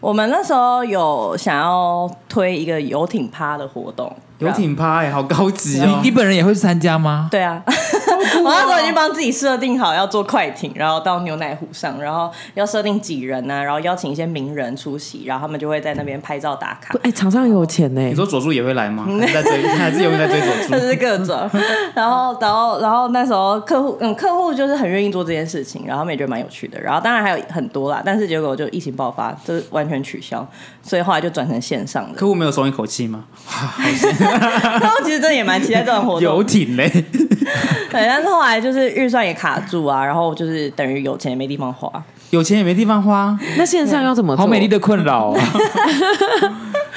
D: 我们那时候有想要推一个游艇趴的活动，
A: 游艇趴哎、好高级
B: 你
A: 哦！
B: 你本人也会去参加吗？
D: 对啊，我那时候已经帮自己设定好要坐快艇，然后到牛奶湖上，然后要设定几人呢、然后邀请一些名人出席，然后他们就会在那边拍照打卡
C: 不。哎、厂商有钱呢、
A: 你说佐助也会来吗？还是在追，还是有人在追佐
D: 就
A: 助？
D: 是各 种，然后，然后，然后那时候客户，嗯，客户就是很愿意做这件事情，然后他们也觉得蛮有趣的。然后当然还有很多啦，但是结果就疫情爆发，就是完全取 消，所以后来就转成线上的。
A: 客户没有松一口气吗？
D: 客户其实真的也蛮期待这种活动
A: 游，艇嘞，
D: 对，但是后来就是预算也卡住啊，然后就是等于有钱也没地方花，
A: 有钱也没地方花，
C: 那线上要怎么做？
B: 好美丽的困扰、 哦，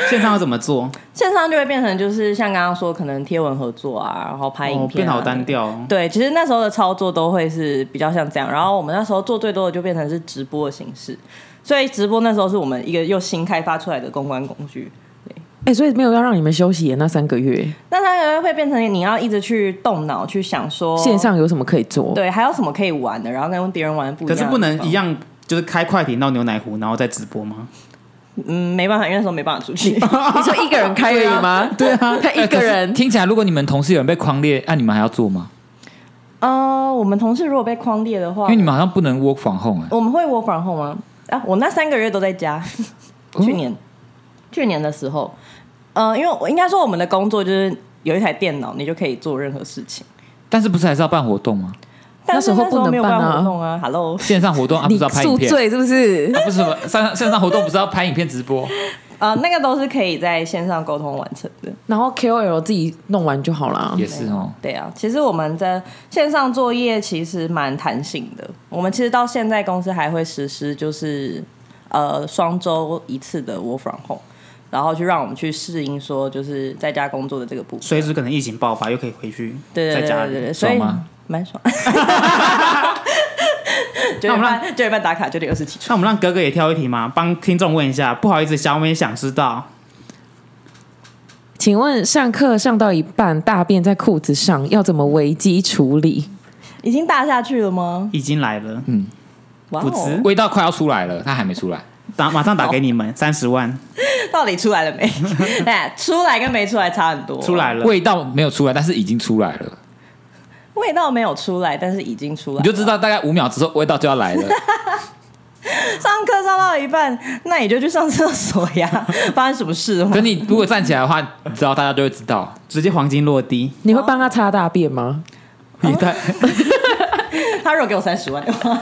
A: 线上要怎么做？
D: 线上就会变成就是像刚刚说，可能贴文合作啊，然后拍影
A: 哦，
D: 片、
A: 变
D: 啊
A: 好单调哦。
D: 对，其实那时候的操作都会是比较像这样，然后我们那时候做最多的就变成是直播的形式，所以直播那时候是我们一个又新开发出来的公关工具。
C: 哎、所以没有要让你们休息耶那三个月，
D: 那它也会变成你要一直去动脑去想说
C: 线上有什么可以做？
D: 对还有什么可以玩的，然后跟别人玩不一
A: 可
D: 样。
A: 是不能一，样，就是开快艇到牛奶湖，然后再直播吗？
D: 嗯，没办法，因为那时候没办法出去。
C: 你说一个人开而已吗？对啊，他一
B: 哎可
C: 个
B: 是
C: 人。
B: 听起来，如果你们同事有人被框列，那、你们还要做吗？
D: 呃，我们同事如果被框列的话
B: 因为，你们好像不能 work from home 哎、
D: 我们会窝房后吗？啊，我那三个月都在家，
C: 嗯
D: 去年、去年的时候，呃，因为我应该说我们的工作就是有一台电脑，你就可以做任何事情。
B: 但是不是还是要办活动吗？
D: 但是
C: 那时候
D: 那时候
C: 不
D: 没有
C: 能
D: 办
C: 办啊
D: 法活动啊，Hello，
B: 线上活动啊，不
C: 你
B: 是要拍影
C: 宿
B: 片？啊
C: 醉是不是？
B: 不是什 么上线上活动，不是要拍影片直播？
D: 呃，那个都是可以在线上沟通完成的。
C: 然后 KOL 自己弄完就好了。
B: 也是哦，
D: 对啊，其实我们在线上作业其实蛮弹性的。我们其实到现在公司还会实施就是呃双周一次的 work from home，然后去让我们去适应说就是在家工作的这个部分。
A: 随时可能疫情爆发，又可以回去
D: 对对
A: 在
D: 对
A: 家里。
D: 对对，所以
B: 爽吗
D: 蛮爽。九
A: 那我
D: 点
A: 们
D: 半，九点半打卡，九点二十起床。
A: 那我们让哥哥也挑一题嘛，帮听众问一下。不好意思，小美想知道，
C: 请问上课上到一半，大便在裤子上，要怎么危机处理？
D: 已经大下去了吗？
A: 已经来了，
D: 哇
A: 不知
D: 哦，
B: 味道快要出来了，他还没出来。
A: 打马上打给你们三十万
D: 到底出来 了没？哎，出来跟没出来差很多。
A: 出来了，
B: 味道没有出来，但是已经出来了，
D: 味道没有出来，但是已经出来
B: 你
D: 了。
B: 就知道大概五秒之后味道就要来了。
D: 上课上到一半，那你就去上厕所 呀。发生什么事了吗
B: 等？你如果站起来的话，你知道大家就会知道。
A: 直接黄金落地，
C: 你会帮他擦大便吗？
A: 也太
D: 他如果给我三十万的 话，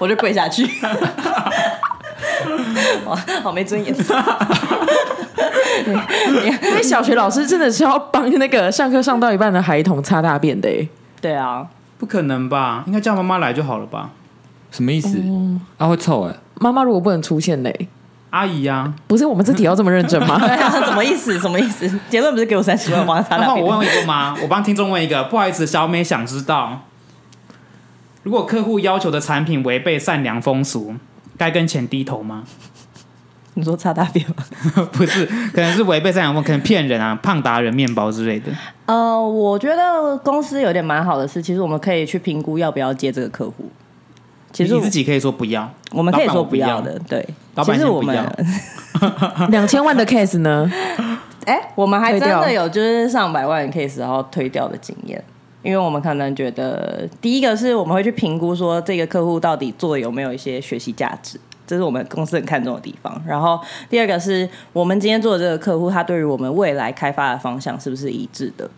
D: 我就跪下 去。哇，好 没尊严！
C: 因为小学老师真的是要帮那个上课上到一半的孩童擦大便的耶。
D: 对啊，
A: 不可能吧？应该叫妈妈来就好了吧？
B: 什么意思？啊，会臭哎、
C: 妈妈如果不能出现嘞，
A: 阿姨啊呀、
C: 不是我们这题要这么认真吗？
D: 对啊， 什么意思？什么意思？结论不是给我三十 万，我帮他
A: 啊，然
D: 打
A: 后我
D: 便
A: 问一个 吗？我帮听众问一个，不好意思，小美想知道，如果客户要求的产品违背善良风俗，该跟钱低头吗？
D: 你说擦大便吗？
A: 不是，可能是违背善良风，可能骗 人啊，胖达人面包之类的。
D: 呃，我觉得公司有点蛮好的是，其实我们可以去评估要不要接这个客户。其实
A: 你
D: 我
A: 自己可以说不要，
D: 我们可以
A: 老板
D: 说
A: 我
D: 不
A: 不
D: 要
A: 要
D: 的，对。
A: 老
D: 其
A: 板
D: 实
A: 先
D: 我
A: 不
D: 们
A: 要，
C: 两千 万的 case 呢？
D: 哎、我们还真
C: 推
D: 的
C: 掉
D: 有就是上百万的 case 然后推掉的经验，因为我们可能觉得第一个是我们会去评估说这个客户到底做的有没有一些学习价值，这是我们公司很看重的地方。然后第二个是我们今天做的这个客户，他对于我们未来开发的方向是不是一致的？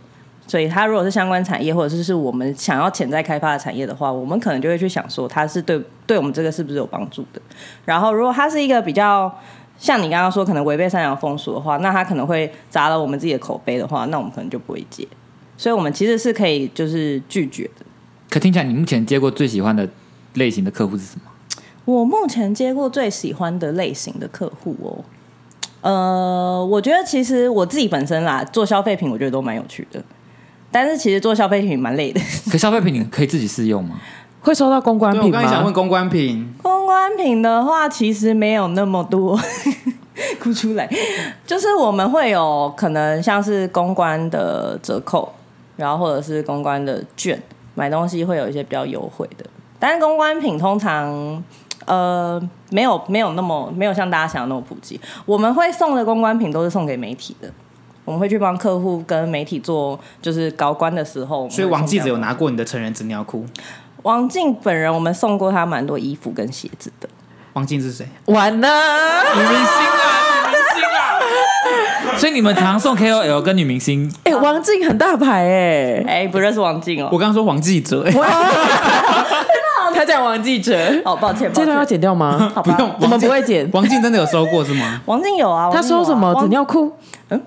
D: 所以，他如果是相关产业，或者是是我们想要潜在开发的产业的话，我们可能就会去想说，它是对对我们这个是不是有帮助的。然后，如果它是一个比较像你刚刚说可能违背三洋风俗的话，那它可能会砸了我们自己的口碑的话，那我们可能就不会接。所以我们其实是可以就是拒绝的。
B: 可听起来你目前接过最喜欢的类型的客户是什么？
D: 我目前接过最喜欢的类型的客户哦，呃，我觉得其实我自己本身啦，做消费品我觉得都蛮有趣的，但是其实做消费品蛮累的。
B: 可消费品你可以自己试用吗？
C: 会收到公关
A: 对，我
C: 品
A: 刚才想问
C: 吗？
A: 公关品，
D: 公关品的话，其实没有那么多。 哭出来，就是我们会有可能像是公关的折扣，然后或者是公关的券，买东西会有一些比较优惠的。但是公关品通常呃没有没有那么没有像大家想的那么普及。我们会送的公关品都是送给媒体的，我们会去帮客户跟媒体做就是高官的时候，我们会
A: 所以王
D: 送
A: 记者
D: 这样
A: 有拿过你的成人纸尿裤，
D: 王静本人，我们送过他蛮多衣服跟鞋子的。
A: 王静 是谁？
C: 完了，
B: 女明星啊，女明星啊！ 所以你们常送 KOL 跟女明星，
C: 哎、王静很大牌哎、
D: 哎、不认识王静哦
A: 我，刚刚说王记者，欸
C: 他讲王记者，
D: 哦，抱歉，
C: 这
D: 抱
C: 段要
D: 歉，
C: 剪掉吗？
D: 好
A: 不
D: 吧。
A: 用，
C: 我们
A: 王静
C: 不会剪
A: 王静真的有收过是吗？
D: 王静有啊，
C: 他说什么
D: 王
C: 纸
D: 静有啊
C: 尿裤？
D: 王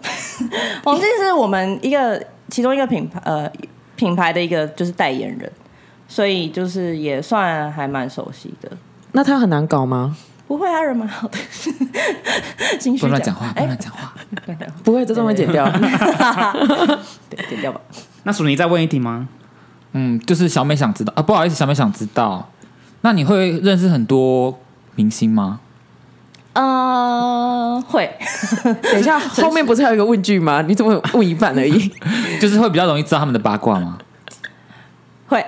D: 王静是我们一个其中一个品牌呃品牌的一个就是代言人，所以就是也算还蛮熟悉的。
C: 那他很难搞吗？
D: 不会啊，人蛮好的，情
B: 不
D: 绪
B: 要乱讲话，不要
D: 哎
B: 乱讲话。
C: 不会，这段会剪掉。
D: 对剪掉吧。
A: 那鼠你再问一题吗？
B: 嗯，就是小美想知道啊，不好意思，小美想知道，那你会认识很多明星吗？
D: 嗯，会，
C: 等 一下，后面不是还有一个问句吗？你怎么问一半而已？
B: 就是会比较容易知道他们的八卦吗？
D: 会，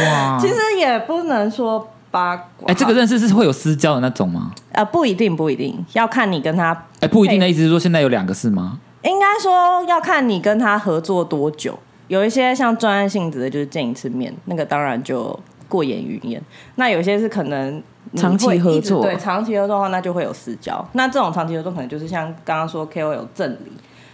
B: 哇，
D: 其实也不能说八卦。
B: 哎、这个认识是会有私交的那种吗？
D: 呃不一定，不一定，要看你跟他
B: 哎、不一定的
D: 配
B: 意思是说现在有两个是吗？
D: 应该说要看你跟他合作多久。有一些像专案性质的，就是见一次面，那个当然就过眼云烟。那有些是可能你
C: 长期
D: 会一直
C: 合作
D: 对长期合作的话，那就会有私交。那这种长期合作，可能就是像刚刚说 KOL 有赠礼，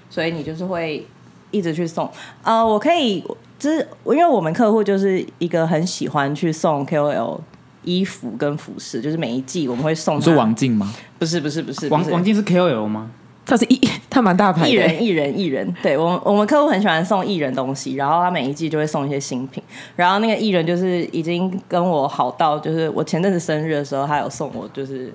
D: 所以你就是会一直去送。呃，我可以，就是因为我们客户就是一个很喜欢去送 KOL 衣服跟服饰，就是每一季我们会送
B: 你
D: 他。
B: 说王静吗？
D: 不是不是不是
A: 王
D: 不是
A: 王静是 KOL 吗？
C: 他是艺，他蛮大牌
D: 艺
C: 的。
D: 人，艺人，艺人，对我们我们客户很喜欢送艺人东西，然后他每一季就会送一些新品。然后那个艺人就是已经跟我好到，就是我前阵子生日的时候，他有送我就是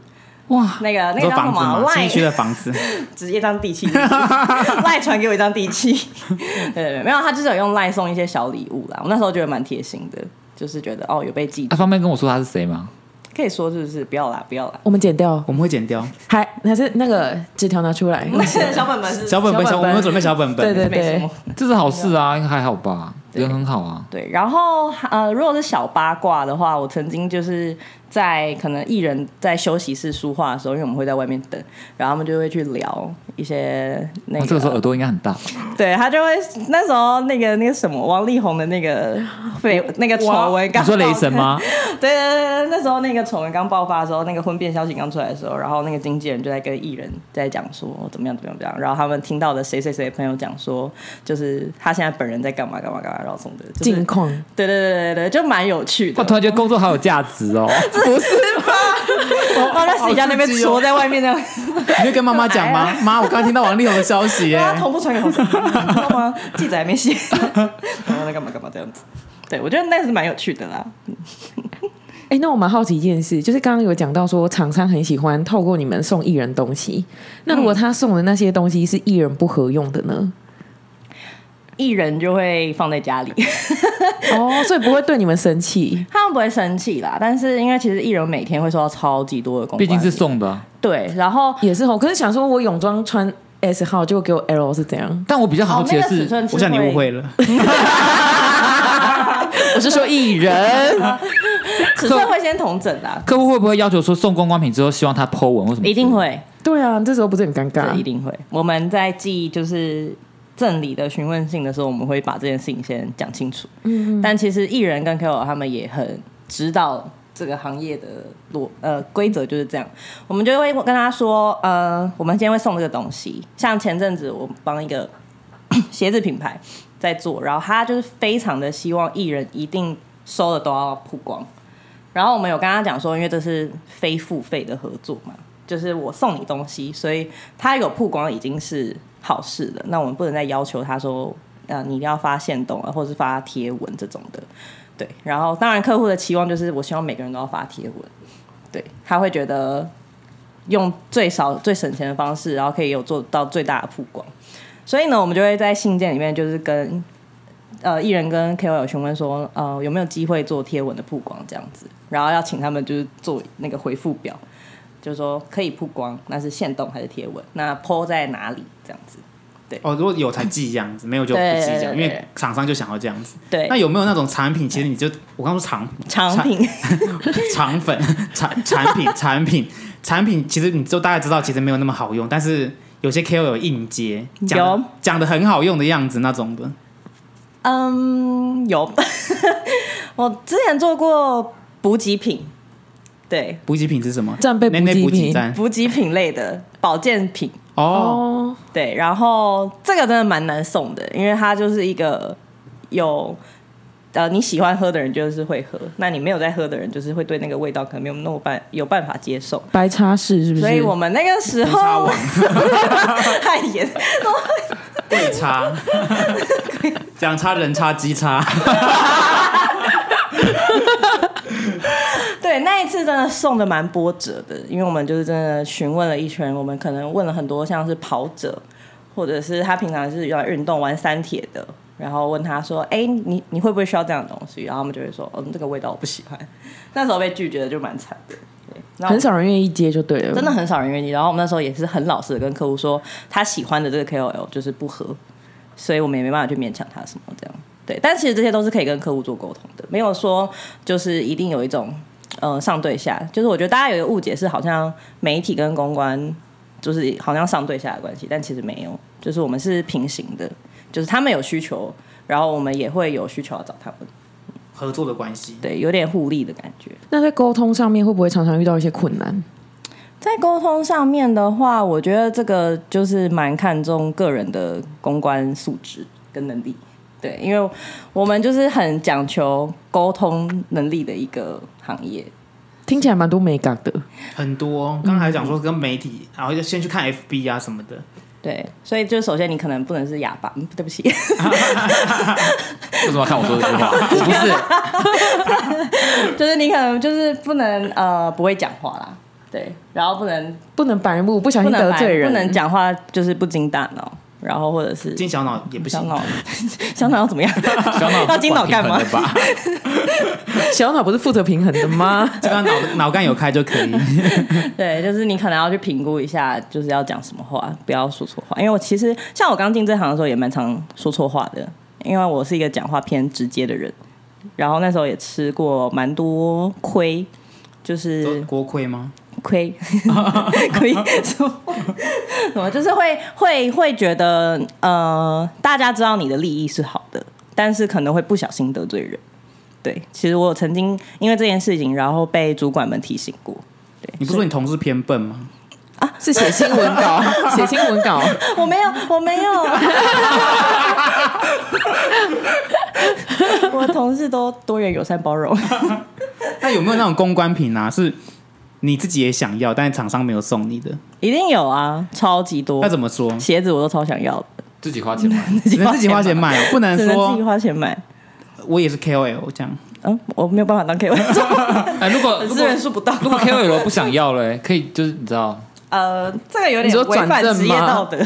B: 哇，
D: 那个那
A: 你说
D: 个叫什
A: 房子
D: 么啊
A: 吗？新
D: 赖
A: 一区的房 子，
D: 直接当地契， 赖传给我一张地契。对对对，没有，他就是有用赖送一些小礼物啦。我那时候觉得蛮贴心的，就是觉得哦有被记
B: 啊，
D: 住，
B: 方便跟我说他是谁吗？
D: 可以说是不是？不要啦，不要啦。
C: 我们剪掉，
A: 我们会剪掉
C: 还还是那个纸条拿出 来。
D: 那个 小本本是
A: 小本本，
C: 小本
A: 小我
C: 本
A: 们有准备小本本。
C: 对对
D: 没什
C: 对
D: 么。
B: 这是好事啊，应该还好吧，人很好啊。
D: 对，然后呃，如果是小八卦的话，我曾经就是在可能艺人在休息室书画的时候，因为我们会在外面等，然后他们就会去聊一些那个，
B: 哇啊哦这个时候耳朵应该很大，
D: 对他就会那时候那个那个什么王力宏的那个绯那个丑闻
B: 你
D: 刚，
B: 说雷神？吗？
D: 对对对对，那时候那个丑闻刚爆发的时候，那个婚变消息刚出来的时候，然后那个经纪人就在跟艺人在讲说怎么样怎么样怎么样，然后他们听到的谁谁谁的朋友讲说，就是他现在本人在干嘛干嘛干嘛，然后什么的，就是
C: 近况
D: 对对对对对，就蛮有趣的
A: 哦
B: 我。突然觉得工作好有价值 哦。
C: 不是
D: 放在私底下那边
A: 哦
D: 戳在外面这样，
A: 你就跟妈妈讲
D: 哎
A: 吗？妈，我刚听到王力宏的消息耶
D: 大。家同啊步传给红 色，你知道吗？记者还没写，然后在干嘛干嘛这样子。对，我觉得那是蛮有趣的啦。
C: 哎、那我蛮好奇一件事，就是刚刚有讲到说厂商很喜欢透过你们送艺人东西，那如果他送的那些东西是艺人不合用的呢？
D: 艺人就会放在家里，
C: 哦，所以不会对你们生气。
D: 他们不会生气啦。但是因为其实艺人每天会收到超级多的公关
B: 毕
D: 礼，
B: 竟是送
D: 哦
B: 的，
D: 对，然后
C: 也是哦，可是想说我泳装穿 S 号，结果给我 L 是怎样？
B: 但我比较好
D: 哦，
B: 奇
D: 那
B: 的
D: 个尺
B: 是，
D: 寸
A: 我想你误会了，
C: 我是说艺人，
D: 尺寸会先同整 啦，
B: 客户会不会要求说送公关品之后希望他 Po 文或什么之类的？
D: 一定会，
C: 对啊，这时候不是很尴
D: 这
C: 尬
D: 一？定会。我们在记就是正理的询问信的时候，我们会把这件事情先讲清楚。嗯但其实艺人跟 KOL 他们也很知道这个行业的逻呃规则就是这样，我们就会跟他说，呃，我们今天会送这个东西。像前阵子我帮一个鞋子品牌在做，然后他就是非常的希望艺人一定收的都要曝光。然后我们有跟他讲说，因为这是非付费的合作嘛，就是我送你东西，所以他有曝光已经是好事了。那我们不能再要求他说，呃，你一定要发现动啊，或者是发贴文这种的。对，然后当然客户的期望就是，我希望每个人都要发贴文，对他会觉得用最少最省钱的方式，然后可以有做到最大的曝光。所以呢，我们就会在信件里面就是跟呃艺人跟 KOL 询问说，呃有没有机会做贴文的曝光这样子，然后要请他们就是做那个回复表，就是说可以曝光，那是限动还是贴文，那 PO 在哪里这样子。
A: 哦，如果有才记这样子，没有就不记这
D: 对对
A: 样，
D: 对
A: 因为厂商就想要这样子。
D: 对
A: 那，有没有那种产品？其实你就我刚说产
D: 产品
A: 肠粉、 产产品、 产品、产品，其实你就大概知道，其实没有那么好用，但是有些 KOL 有硬接，讲
D: 有
A: 得讲的很好用的样子那种的，
D: 嗯，有， 我之前做过补给品，对，
A: 补给品是什么？
C: 战备
A: 内内
C: 补
A: 补
C: 给品
A: 给站
D: 补给品类的保健品，
A: 哦，
C: 哦，
D: 对，然后这个真的蛮难送的，因为它就是一个有。呃，你喜欢喝的人就是会喝，那你没有在喝的人，就是会对那个味道可能没有那么办有办法接受。
C: 白茶室是不是？
D: 所以我们那个时
A: 红茶
D: 候
A: 王，
D: 太严，
A: 对差，讲差人差鸡差，
D: 对，那一次真的送的蛮波折的，因为我们就是真的询问了一圈，我们可能问了很多像是跑者，或者是他平常是有在运动玩三铁的，然后问他说：“哎、你你会不会需要这样的东西？”然后他们就会说：“嗯，这个味道我不喜欢。”那时候被拒绝的就蛮惨的，对，然后
C: 很少人愿意接就对了，
D: 真的很少人愿意。然后我们那时候也是很老实的跟客户说，他喜欢的这个 KOL 就是不合，所以我们也没办法去勉强他什么这样。对，但其实这些都是可以跟客户做沟通的，没有说就是一定有一种呃上对下，就是我觉得大家有一个误解是好像媒体跟公关就是好像上对下的关系，但其实没有，就是我们是平行的，就是他们有需求，然后我们也会有需求要找他们，
A: 合作的关系。
D: 对，有点互利的感觉。
C: 那在沟通上面会不会常常遇到一些困难？
D: 在沟通上面的话，我觉得这个就是蛮看重个人的公关素质跟能力。对，因为我们就是很讲求沟通能力的一个行业。
C: 听起来蛮多美感的，
A: 很多，刚才讲说跟媒体，然后就先去看 FB 啊什么的，
D: 对，所以就首先你可能不能是哑巴，嗯对不起，
B: 为什么要看我说这句 话？我不是，
D: 就是你可能就是不能呃不会讲话啦，对，然后不能
C: 不能白目，不小
D: 不
C: 心
D: 能
C: 得
D: 白
C: 罪人，
D: 不能讲话就是不经大脑，然后或者是
A: 进小脑也不
D: 小
A: 行。
D: 脑 小脑要怎么样？
B: 小脑
D: 要经脑干嘛
B: 管平衡的吧？
C: 小脑不是负责平衡的吗？
A: 这个脑脑干有开就 可以，
D: 对，就是你可能要去评估一下，就是要讲什么话，不要说错话。因为我其实像我刚进这行的时候，也蛮常说错话的，因为我是一个讲话偏直接的人。然后那时候也吃过蛮多亏，就是
A: 锅盔吗？
D: 亏 亏什么什么，就是会会会觉得呃，大家知道你的利益是好的，但是可能会不小心得罪人。对，其实我有曾经因为这件事情，然后被主管们提醒过。
A: 你不是说你同事偏笨吗？
C: 是写新闻稿， 写新闻稿，
D: 我没有，我没有。我同事都多元友善包容，
A: 那有没有那种公关品啊？是你自己也想要，但是厂商没有送你的，
D: 一定有啊，超级多
A: 那。怎么 说？
D: 鞋子我都超想要的，
B: 自己花钱买。
A: 只能自己花钱买哦，不 能
D: 只能自己
A: 说
D: 花钱买。
A: 我也是 KOL 这样。
D: 嗯，我没有办法当 K O，
B: 哎，如果如
D: 粉丝
B: 果
D: 人数不到。
B: 如果 KOL 不想要了，哎可以就是你知道，
D: 呃，这个有
C: 你说
D: 点违
C: 转
D: 反
C: 正
D: 职业
C: 吗
D: 道德。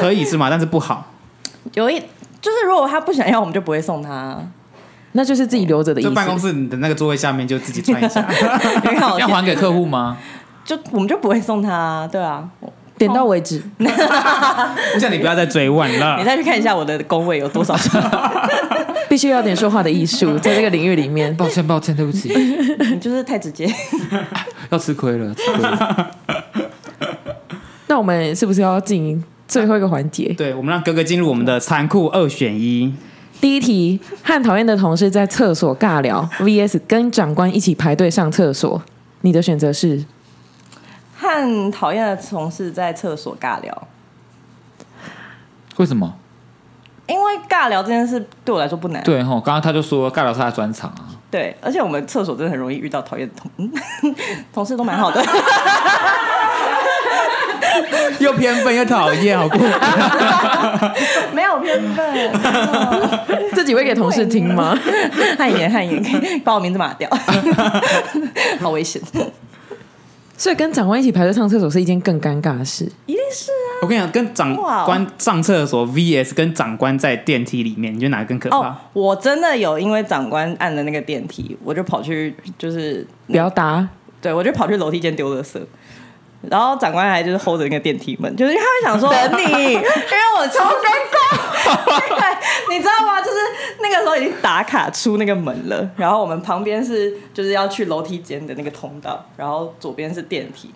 A: 可以是吗？但是不好，
D: 有一就是，如果他不想要，我们就不会送他。
C: 那就是自己留着的意
A: 就办公
C: 思。
A: 室你的那个座位下面就自己穿一 下，
D: 很好
B: 要还给客户吗？
D: 就我们就不会送他，对啊。
C: 点到为止，
A: 我想你不要再追问
D: 你
A: 了。
D: 再去看一下我的工位有多少张，
C: 必须要点说话的艺术，在这个领域里面，
B: 抱歉，抱歉，对 不起，
D: 你就是太直接。
B: 要吃亏了，吃亏了。
C: 那我们是不是要进最后一个环节？
A: 对，我们让哥哥进入我们的残酷二选一。
C: 第一题，和讨厌的同事在厕所尬聊，VS 跟长官一起排队上厕所，你的选择是？
D: 和讨厌的同事在厕所尬聊，
B: 为什么？
D: 因为尬聊这件事对我来说不难。
B: 对吼，刚刚他就说尬聊是他的专场啊，
D: 对而且我们厕所真的很容易遇到讨厌的同同 事，都蛮好的。
B: 又偏分又讨厌，好过分。
D: 没有偏 笨，
C: 自己会给同事听 吗？
D: 汗颜汗颜，可以把我名字码掉， 好危险。
C: 所以跟长官一起排队上厕所是一件更尴尬的事。
A: 我跟你讲，跟长
D: 哇哦
A: 官上厕所 VS 跟长官在电梯里面，你觉得哪个更可
D: 哦
A: 怕？，
D: 我真的有因为长官按了那个电梯，我就跑去就是
C: 不要搭，
D: 对我就跑去楼梯间丢垃圾。然后长官还就是 hold 着那个电梯门，就是他会想说等你，因为我超尴尬，对，你知道吗？就是那个时候已经打卡出那个门了，然后我们旁边是就是要去楼梯间的那个通道，然后左边是电梯，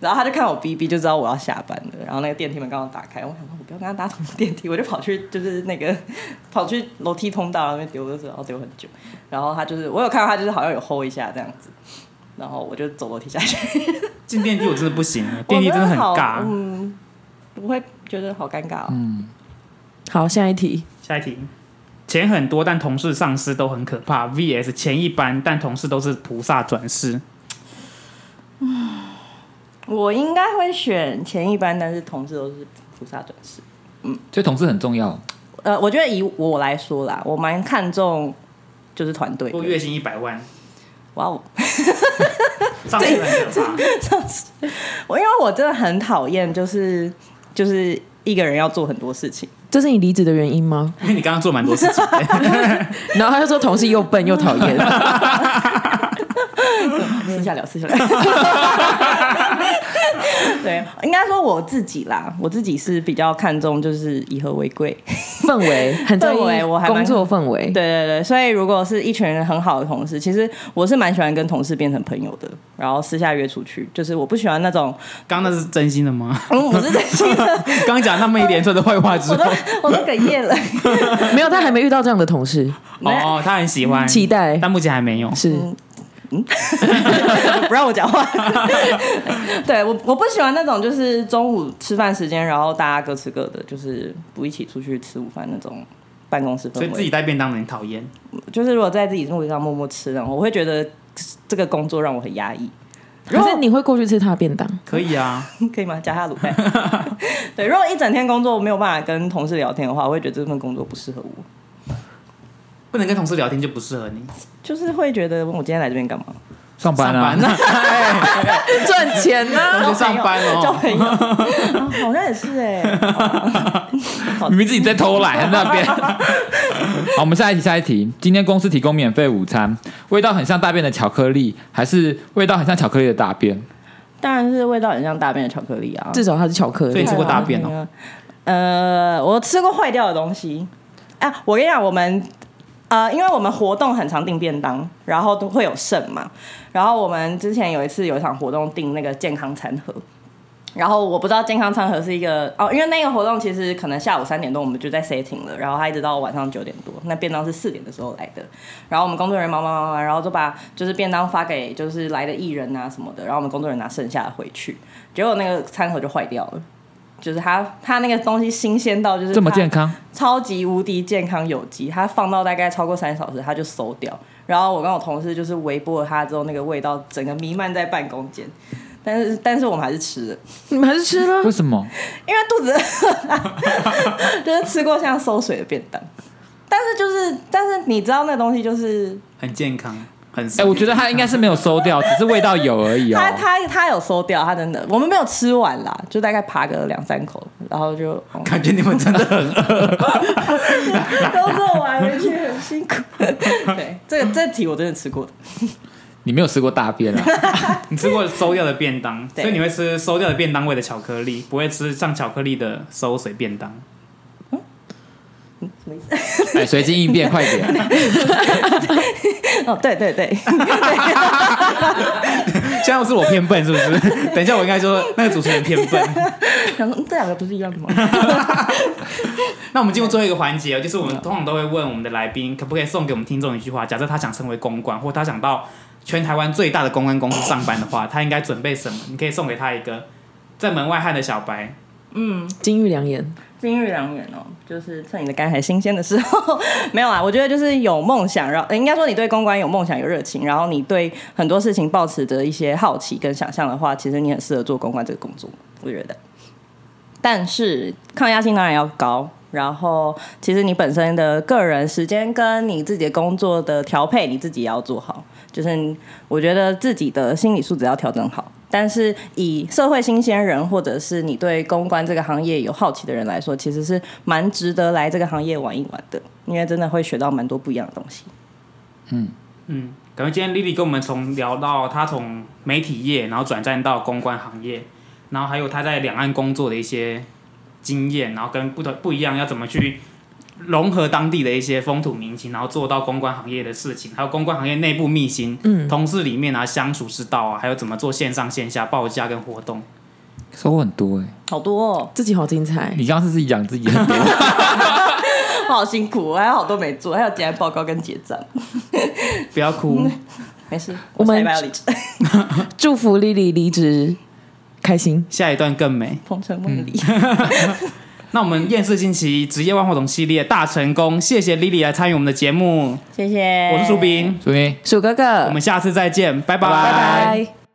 D: 然后他就看我哔哔就知道我要下班了，然后那个电梯门刚好打开，我想说我不要跟他搭同一个电梯，我就跑去就是那个 跑去楼梯通道那边丢垃圾，然后丢很久，然后他就是我有看到他就是好像有 hold 一下这样子，然后我就走楼梯下去。
A: 进电梯我真的不行，电梯真的很
D: 我
A: 尬。
D: 嗯，我会觉得好尴尬哦。
C: 好，下一题。
A: 下一题，钱很多但同事上司都很可怕，VS 钱一般但同事都是菩萨转世。
D: 我应该会选前一班，但是同事都是菩萨转世。
B: 所以同事很重要，
D: 呃，我觉得以我来说啦，我蛮看重就是团队
A: 我
D: 的。
A: 月薪一百万，
D: 哇哦，
A: 上司很可怕。
D: 我因为我真的很讨厌，就是就是一个人要做很多事情。
C: 这是你离职的原因吗？
A: 因为你刚刚做蛮多事情的，
C: 然后他就说同事又笨又讨厌，
D: 私下聊，私下聊。 对，应该说我自己啦，我自己是比较看重就是以和为贵。
C: 氛围很在
D: 氛围我
C: 意
D: 还
C: 工
D: 蛮
C: 作氛围。
D: 对对对，所以如果是一群人很好的同事，其实我是蛮喜欢跟同事变成朋友的，然后私下约出去。就是我不喜欢那种，
A: 刚刚那是真心的吗？
D: 嗯，我是真心的，
A: 刚讲那么一连串的坏话之
D: 我都
A: 后，
D: 我都哽咽了。
C: 没有，他还没遇到这样的同事，
A: 哦哦，他很喜欢，
C: 期待
A: 但目前还没有。
C: 是
D: 不让我讲话。 对我，我不喜欢那种就是中午吃饭时间，然后大家各吃各的，就是不一起出去吃午饭那种办公室氛
A: 所以自
D: 围
A: 己。带便当的很讨厌，
D: 就是如果在自己座位上默默吃，然后我会觉得这个工作让我很压抑。 如
C: 可
D: 果
C: 是你会过去吃他的便当，
A: 可以啊，
D: 可以吗？加他卤蛋。 对，如果一整天工作没有办法跟同事聊天的话，我会觉得这份工作不适合我，
A: 不能跟同事聊天就不适合你。
D: 就是会觉得我今天来这边干嘛？
B: 上班啊，
A: 上 班啊，
C: 赚钱啊呢、
A: 同学上班
D: 交
A: 哦，
D: 朋友，啊 好像也是哎、
B: 明明自己在偷懒 那边。好，我们下一题，下一题。今天公司提供免费午餐，味道很像大便的巧克力，还是味道很像巧克力的大便？
D: 当然是味道很像大便的巧克力啊。
C: 至少他是巧克
A: 所以
C: 力
A: 你。吃过大便哦？
D: 呃，我吃过坏掉的东西。哎、啊，我跟你讲，我们呃，因为我们活动很常订便当，然后都会有剩嘛。然后我们之前有一次有一场活动订那个健康餐盒，然后我不知道健康餐盒是一个哦，因为那个活动其实可能下午三点多我们就在 setting 了，然后他一直到晚上九点多，那便当是四点的时候来的。然后我们工作人员忙忙忙忙，然后就把就是便当发给就是来的艺人啊什么的，然后我们工作人员拿剩下的回去，结果那个餐盒就坏掉了。就是它，它那个东西新鲜到就是
B: 这么
D: 它
B: 健康？
D: 超级无敌健康有机，它放到大概超过三小时，它就馊掉。然后我跟我同事就是微波了它之后，那个味道整个弥漫在办公间。但是但是我们还是吃了，
C: 你们还是吃了
B: 为？什么？
D: 因为肚子饿，就是吃过像馊水的便当。但是就是但是你知道那东西就是
A: 很健康，很
B: 哎、我觉得它应该是没有 收掉，只是味道有而已哦。
D: 它它它有馊掉，它真的我们没有吃完啦，就大概扒个两三口，然后就、哦
A: 感觉你们真的 很
D: 都做完回去很辛苦。 对，这个这题我真的吃过的。
B: 你没有吃过大 便啊？
A: 你吃过馊掉的便当，
D: 对
A: 所以你会吃馊掉的便当味的巧克力，不会吃像巧克力的馊水便当。
B: 哎、随机应变，快点！
D: 哦，对对对。
A: 现在是我偏笨是 不是？等一下我应该说那个主持人偏笨。
D: 想说嗯这两个不是一样的吗？
A: 那我们进入最后一个环节哦，就是我们通常都会问我们的来宾，可不可以送给我们听众一句话？假设他想成为公关，或他想到全台湾最大的公关公司上班的话，他应该准备什么？你可以送给他一个在门外汉的小白，
C: 金玉良言，
D: 金玉良缘哦，就是趁你的肝还新鲜的时候，没有啦。啊我觉得就是有梦想，然后、呃应该说你对公关有梦想、有热情，然后你对很多事情抱持着一些好奇跟想象的话，其实你很适合做公关这个工作，我觉得。但是抗压性当然要高，然后其实你本身的个人时间跟你自己的工作的调配，你自己也要做好。就是我觉得自己的心理素质要调整好。但是以社会新鲜人，或者是你对公关这个行业有好奇的人来说，其实是蛮值得来这个行业玩一玩的，因为真的会学到蛮多不一样的东西。
A: 嗯，感觉今天 Lily 跟我们从聊到她从媒体业，然后转战到公关行业，然后还有她在两岸工作的一些经验，然后跟不同不一样要怎么去融合当地的一些风土民情，然后做到公关行业的事情，还有公关行业内部秘辛，嗯，同事里面啊相处之道啊，还有怎么做线上线下报价跟活动。
B: 收获很多哎、
D: 好多哦，
C: 自己好精彩。
B: 你刚刚是自己讲自己很多，
D: 我好辛苦，我还有好多没做，还有结案报告跟结账，
A: 不要哭，
D: 没事，
C: 我们
D: 下礼拜要 离职。
C: 祝福 Lily 离职开心。
A: 下一段更美。
D: 鹏程万里，
A: 那我们厌世星期职业万花筒系列大成功，谢谢 Lily 来参与我们的节目，
D: 谢谢，
A: 我是苏。斌，
B: 所以
C: 鼠哥哥，
A: 我们下次再见，拜
C: 拜拜。